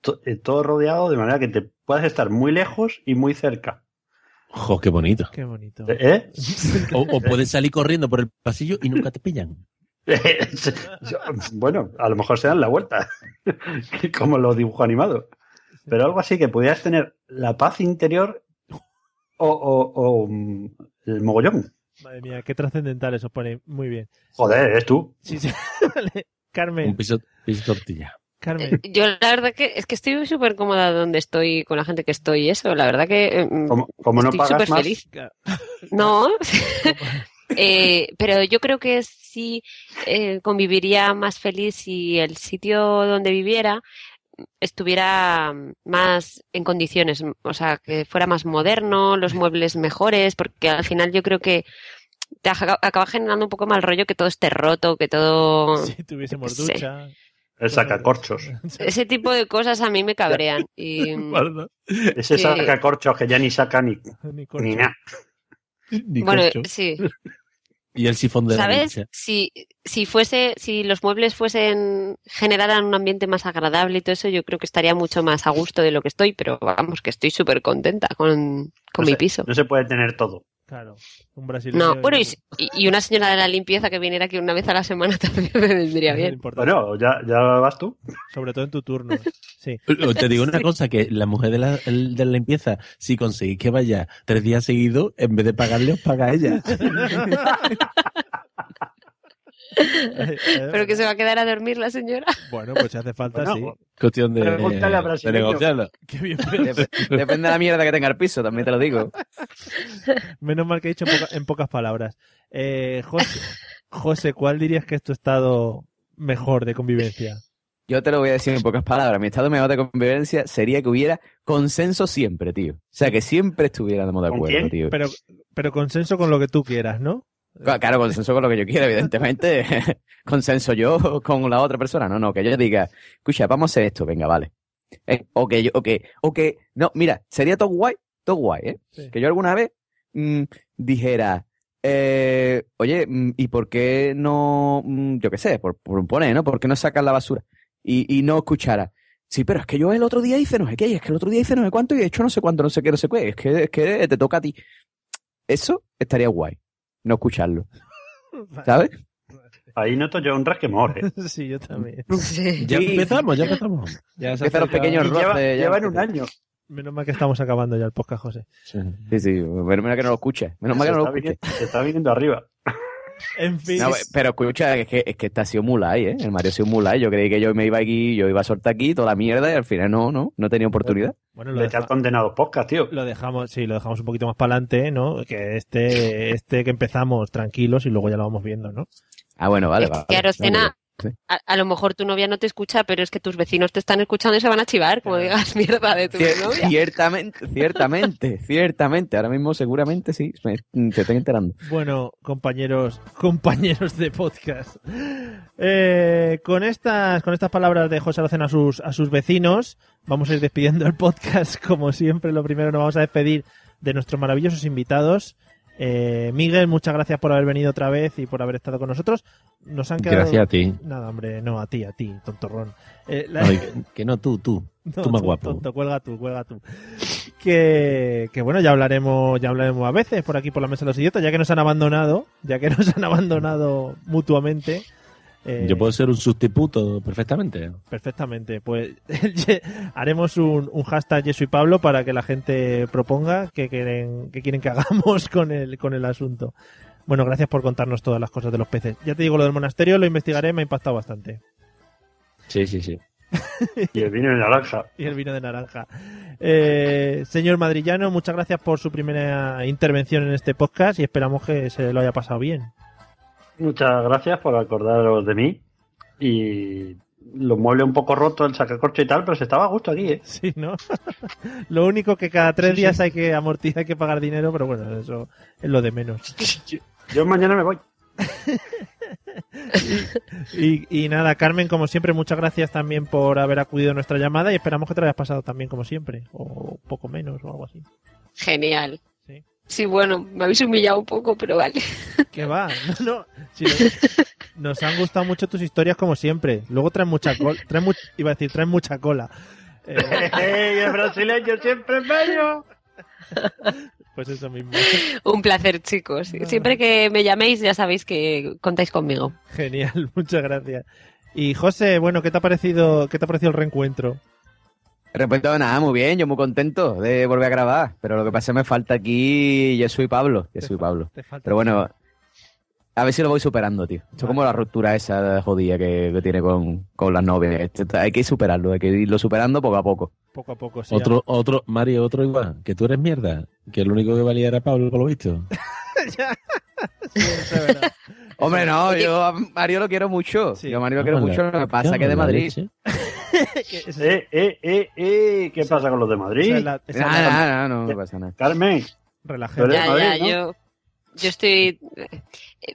Speaker 4: to- eh, todo rodeado de manera que te puedas estar muy lejos y muy cerca.
Speaker 3: Jo, qué bonito.
Speaker 1: Qué bonito.
Speaker 4: ¿Eh?
Speaker 3: O, o puedes salir corriendo por el pasillo y nunca te pillan.
Speaker 4: bueno, a lo mejor se dan la vuelta, como los dibujos animados. Pero algo así que pudieras tener la paz interior o, o- o, mm, el mogollón.
Speaker 1: Madre mía, qué trascendental eso pone. Muy bien.
Speaker 4: Joder, es tú.
Speaker 1: Sí, sí. Vale. Carmen,
Speaker 3: Un piso, piso tortilla.
Speaker 1: Carmen.
Speaker 5: Yo la verdad que es que estoy súper cómoda donde estoy, con la gente que estoy y eso. La verdad que mm,
Speaker 4: Como, como no
Speaker 5: estoy
Speaker 4: pagas
Speaker 5: súper
Speaker 4: más,
Speaker 5: feliz. No, Eh, pero yo creo que sí eh, conviviría más feliz si el sitio donde viviera estuviera más en condiciones, o sea, que fuera más moderno, los muebles mejores, porque al final yo creo que te aja- acaba generando un poco mal rollo que todo esté roto, que todo...
Speaker 1: Si tuviésemos
Speaker 5: yo qué sé.
Speaker 1: ducha.
Speaker 4: el sacacorchos.
Speaker 5: Ese tipo de cosas a mí me cabrean. Y,
Speaker 4: Ese
Speaker 5: Sí.
Speaker 4: sacacorchos que ya ni saca ni,
Speaker 1: ni,
Speaker 4: nada.
Speaker 5: mm, bueno, sí.
Speaker 3: Y el sifón de la
Speaker 5: ¿Sabes?
Speaker 3: ducha.
Speaker 5: Si, si fuese, si los muebles fuesen, generaran un ambiente más agradable y todo eso, yo creo que estaría mucho más a gusto de lo que estoy, pero vamos, que estoy súper contenta con, con
Speaker 4: No
Speaker 5: mi
Speaker 4: se-
Speaker 5: piso.
Speaker 4: No se puede tener todo.
Speaker 1: Claro, un brasileño.
Speaker 5: No, bueno, y, y una señora de la limpieza que viniera aquí una vez a la semana también me vendría bien.
Speaker 4: Bueno, ya, ya vas tú.
Speaker 1: Sobre todo en tu turno. Sí.
Speaker 3: O Te digo una cosa, que la mujer de la, el- de la limpieza, si conseguís que vaya tres días seguidos, en vez de pagarle, os paga a ella.
Speaker 5: Pero que se va a quedar a dormir la señora.
Speaker 1: Bueno, pues si hace falta,
Speaker 2: Bueno,
Speaker 1: sí.
Speaker 3: Cuestión de,
Speaker 2: Pregúntale a
Speaker 3: de
Speaker 2: brasileño.
Speaker 3: negociarlo.
Speaker 1: Qué bien
Speaker 2: Dep- Depende de la mierda que tenga el piso, también te lo digo.
Speaker 1: Menos mal que he dicho en, poca- en pocas palabras. Eh, José, José, ¿cuál dirías que es tu estado mejor de convivencia?
Speaker 2: Yo te lo voy a decir en pocas palabras. Mi estado mejor de convivencia sería que hubiera consenso siempre, tío. O sea, que siempre estuviéramos de acuerdo, tío.
Speaker 1: Pero, pero consenso con lo que tú quieras, ¿no?
Speaker 2: Claro, Claro, consenso con lo que yo quiera, evidentemente. consenso yo con la otra persona. No, no, que yo diga, escucha, vamos a hacer esto, venga, vale. Eh, o que yo, o que, o que, no, mira, sería todo guay, todo guay, ¿eh? Que yo alguna vez mm, dijera, eh, oye, mm, ¿y por qué no, mm, yo qué sé, por, por poner, ¿no? ¿Por qué no sacas la basura? Y, y no escuchara. Sí, pero es que yo el otro día hice no sé qué, y es que el otro día hice no sé cuánto, y he hecho no sé cuánto, no sé qué, no sé qué, es que, es que te toca a ti. Eso estaría guay, no escucharlo. ¿Sabes?
Speaker 4: Ahí noto yo un resquemor. ¿eh?
Speaker 1: Sí, yo también.
Speaker 3: Ya empezamos, ya empezamos. Ya se
Speaker 2: Empiezan los
Speaker 3: acerca-
Speaker 2: pequeños roces. ya
Speaker 4: un año.
Speaker 1: Menos mal que estamos acabando ya el podcast, José.
Speaker 2: Sí, sí, menos mal que no lo escucha. Menos mal que
Speaker 4: Se
Speaker 2: no lo
Speaker 4: está
Speaker 2: escucha.
Speaker 4: viniendo- se está viniendo arriba.
Speaker 1: En fin.
Speaker 2: No, pero escucha, es que, es que está sido mulay, ¿eh? El Mario ha sido mulay. Yo creí que yo me iba aquí, yo iba a soltar aquí toda la mierda y al final no, no, no tenía oportunidad.
Speaker 1: Bueno,
Speaker 4: Vete al condenado podcast, tío.
Speaker 1: Lo dejamos, sí, lo dejamos un poquito más para adelante, ¿no? Que este, este que empezamos tranquilos y luego ya lo vamos viendo, ¿no?
Speaker 2: Ah, bueno, vale, vale.
Speaker 5: Que Arocena,
Speaker 2: Sí.
Speaker 5: a, a lo mejor tu novia no te escucha, pero es que tus vecinos te están escuchando y se van a chivar, como digas mierda de tu
Speaker 2: Cier-
Speaker 5: novia.
Speaker 2: ciertamente, ciertamente, ciertamente. Ahora mismo seguramente sí, me, te estoy enterando.
Speaker 1: Bueno, compañeros, compañeros de podcast. Eh, con estas, con estas palabras de José Arocena a sus, a sus vecinos, vamos a ir despidiendo el podcast. Como siempre, lo primero nos vamos a despedir de nuestros maravillosos invitados. Eh, Miguel, muchas gracias por haber venido otra vez y por haber estado con nosotros. Nos han quedado...
Speaker 3: Gracias a ti.
Speaker 1: Nada, hombre, no, a ti, a ti, tontorrón. Eh, la-
Speaker 3: Ay, que- que no, tú, tú.
Speaker 1: No,
Speaker 3: tú más
Speaker 1: tú,
Speaker 3: guapo.
Speaker 1: Tonto, cuelga tú, cuelga tú. Que, que bueno, ya hablaremos, ya hablaremos a veces por aquí por la mesa de los idiotas, ya que nos han abandonado, ya que nos han abandonado mutuamente. eh,
Speaker 3: Yo puedo ser un sustituto perfectamente.
Speaker 1: Perfectamente, pues haremos un, un hashtag Yesu y Pablo para que la gente proponga que quieren, que quieren que hagamos con el, con el asunto. Bueno, gracias por contarnos todas las cosas de los peces. Ya te digo, lo del monasterio lo investigaré, me ha impactado bastante.
Speaker 3: Sí, sí, sí.
Speaker 4: Y el vino de naranja.
Speaker 1: y el vino de naranja. Eh, señor Madrillano, muchas gracias por su primera intervención en este podcast y esperamos que se lo haya pasado bien.
Speaker 4: Muchas gracias por acordaros de mí. Y los muebles un poco rotos, el sacacorcho y tal, pero se estaba a gusto aquí, ¿eh?
Speaker 1: Sí, ¿no? Lo único que cada tres
Speaker 4: Sí, sí.
Speaker 1: días hay que amortizar, hay que pagar dinero, pero bueno, eso es lo de menos.
Speaker 4: Yo mañana me voy.
Speaker 1: Y, y nada, Carmen, como siempre, muchas gracias también por haber acudido a nuestra llamada y esperamos que te lo hayas pasado también como siempre, o poco menos, o algo así.
Speaker 5: Genial. Sí. bueno, me habéis humillado un poco, pero vale.
Speaker 1: Que va, no, no. Sí, lo- nos han gustado mucho tus historias como siempre. Luego traen mucha cola, traen mu- iba a decir, traen mucha cola. Eh,
Speaker 4: ¡Ey, el brasileño siempre es bello!
Speaker 1: pues eso mismo.
Speaker 5: Un placer, chicos. Siempre que me llaméis ya sabéis que contáis conmigo.
Speaker 1: Genial, muchas gracias. Y José, bueno, ¿qué te ha parecido, qué te ha parecido el reencuentro?
Speaker 2: De repente, nada, muy bien, yo muy contento de volver a grabar, pero lo que pasa es que me falta aquí yo soy Pablo, yo soy Pablo. Pero bueno, a ver si lo voy superando, tío. Esto es como la ruptura esa jodida que, que tiene con, con las novias. Esto está- Hay que superarlo, hay que irlo superando poco a poco.
Speaker 1: Poco a
Speaker 2: Pues
Speaker 1: poco, sí.
Speaker 3: Otro, otro, Mario, otro igual, que tú eres mierda, que lo único que valía era Pablo, por lo visto.
Speaker 2: Hombre, no, yo a Mario lo quiero mucho. Yo a Mario lo quiero
Speaker 3: Vamos,
Speaker 2: mucho,
Speaker 3: la-
Speaker 2: lo que pasa es que es de
Speaker 3: la
Speaker 2: Madrid.
Speaker 3: leche.
Speaker 4: Eh, eh, eh, eh, ¿qué pasa con los de Madrid? Eh,
Speaker 2: Esa es la- esa es la- Nah, nah, nah, no me pasa nada.
Speaker 4: Carmen,
Speaker 1: Relajado.
Speaker 4: tú eres de
Speaker 5: Ya,
Speaker 4: Madrid,
Speaker 5: ya,
Speaker 4: ¿no?
Speaker 5: yo, yo estoy. eh,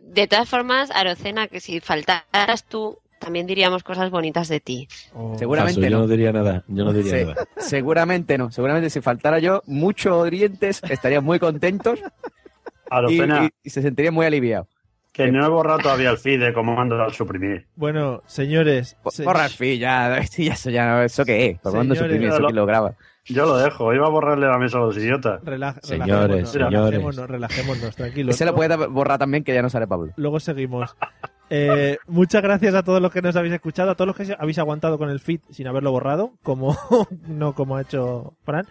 Speaker 5: De todas formas, Arocena, que si faltaras tú, también diríamos cosas bonitas de ti.
Speaker 2: Seguramente
Speaker 3: Paso,
Speaker 2: no.
Speaker 3: Ah, Yo no diría nada, yo no diría
Speaker 2: Se-
Speaker 3: nada.
Speaker 2: seguramente no, seguramente si faltara yo, muchos dientes estarían muy contentos y,
Speaker 4: Arocena.
Speaker 2: y- y se sentirían muy aliviados.
Speaker 4: Que no he borrado todavía el feed de cómo mando al suprimir.
Speaker 1: Bueno, señores.
Speaker 2: Por ya, ya, eso ya, eso qué es, por cuándo
Speaker 4: Señores.
Speaker 2: suprimir, eso quién lo graba.
Speaker 4: Yo lo dejo, iba a borrarle la mesa a los idiotas.
Speaker 1: Relaja,
Speaker 2: Señores,
Speaker 1: relajémonos,
Speaker 2: señores.
Speaker 1: relajémonos, relajémonos, tranquilos.
Speaker 2: Se la puede borrar también que ya no sale Pablo.
Speaker 1: Luego seguimos. Eh, muchas gracias a todos los que nos habéis escuchado, a todos los que habéis aguantado con el feed sin haberlo borrado, como no como ha hecho Fran.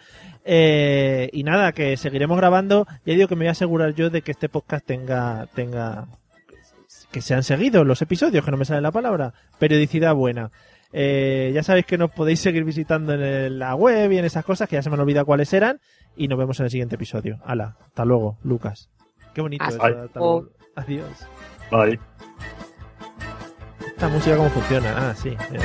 Speaker 1: Eh, y nada, que seguiremos grabando. Ya digo que me voy a asegurar yo de que este podcast tenga tenga que sean seguidos los episodios, que no me sale la palabra. Periodicidad buena. Eh, ya sabéis que nos podéis seguir visitando en el- la web y en esas cosas, que ya se me han olvidado cuáles eran. Y nos vemos en el siguiente episodio. Hala, hasta luego, Lucas. Qué bonito
Speaker 5: Hasta
Speaker 1: eso, hasta
Speaker 5: luego.
Speaker 1: luego. Adiós.
Speaker 4: Bye.
Speaker 1: Esta música cómo funciona. Ah, sí. mira.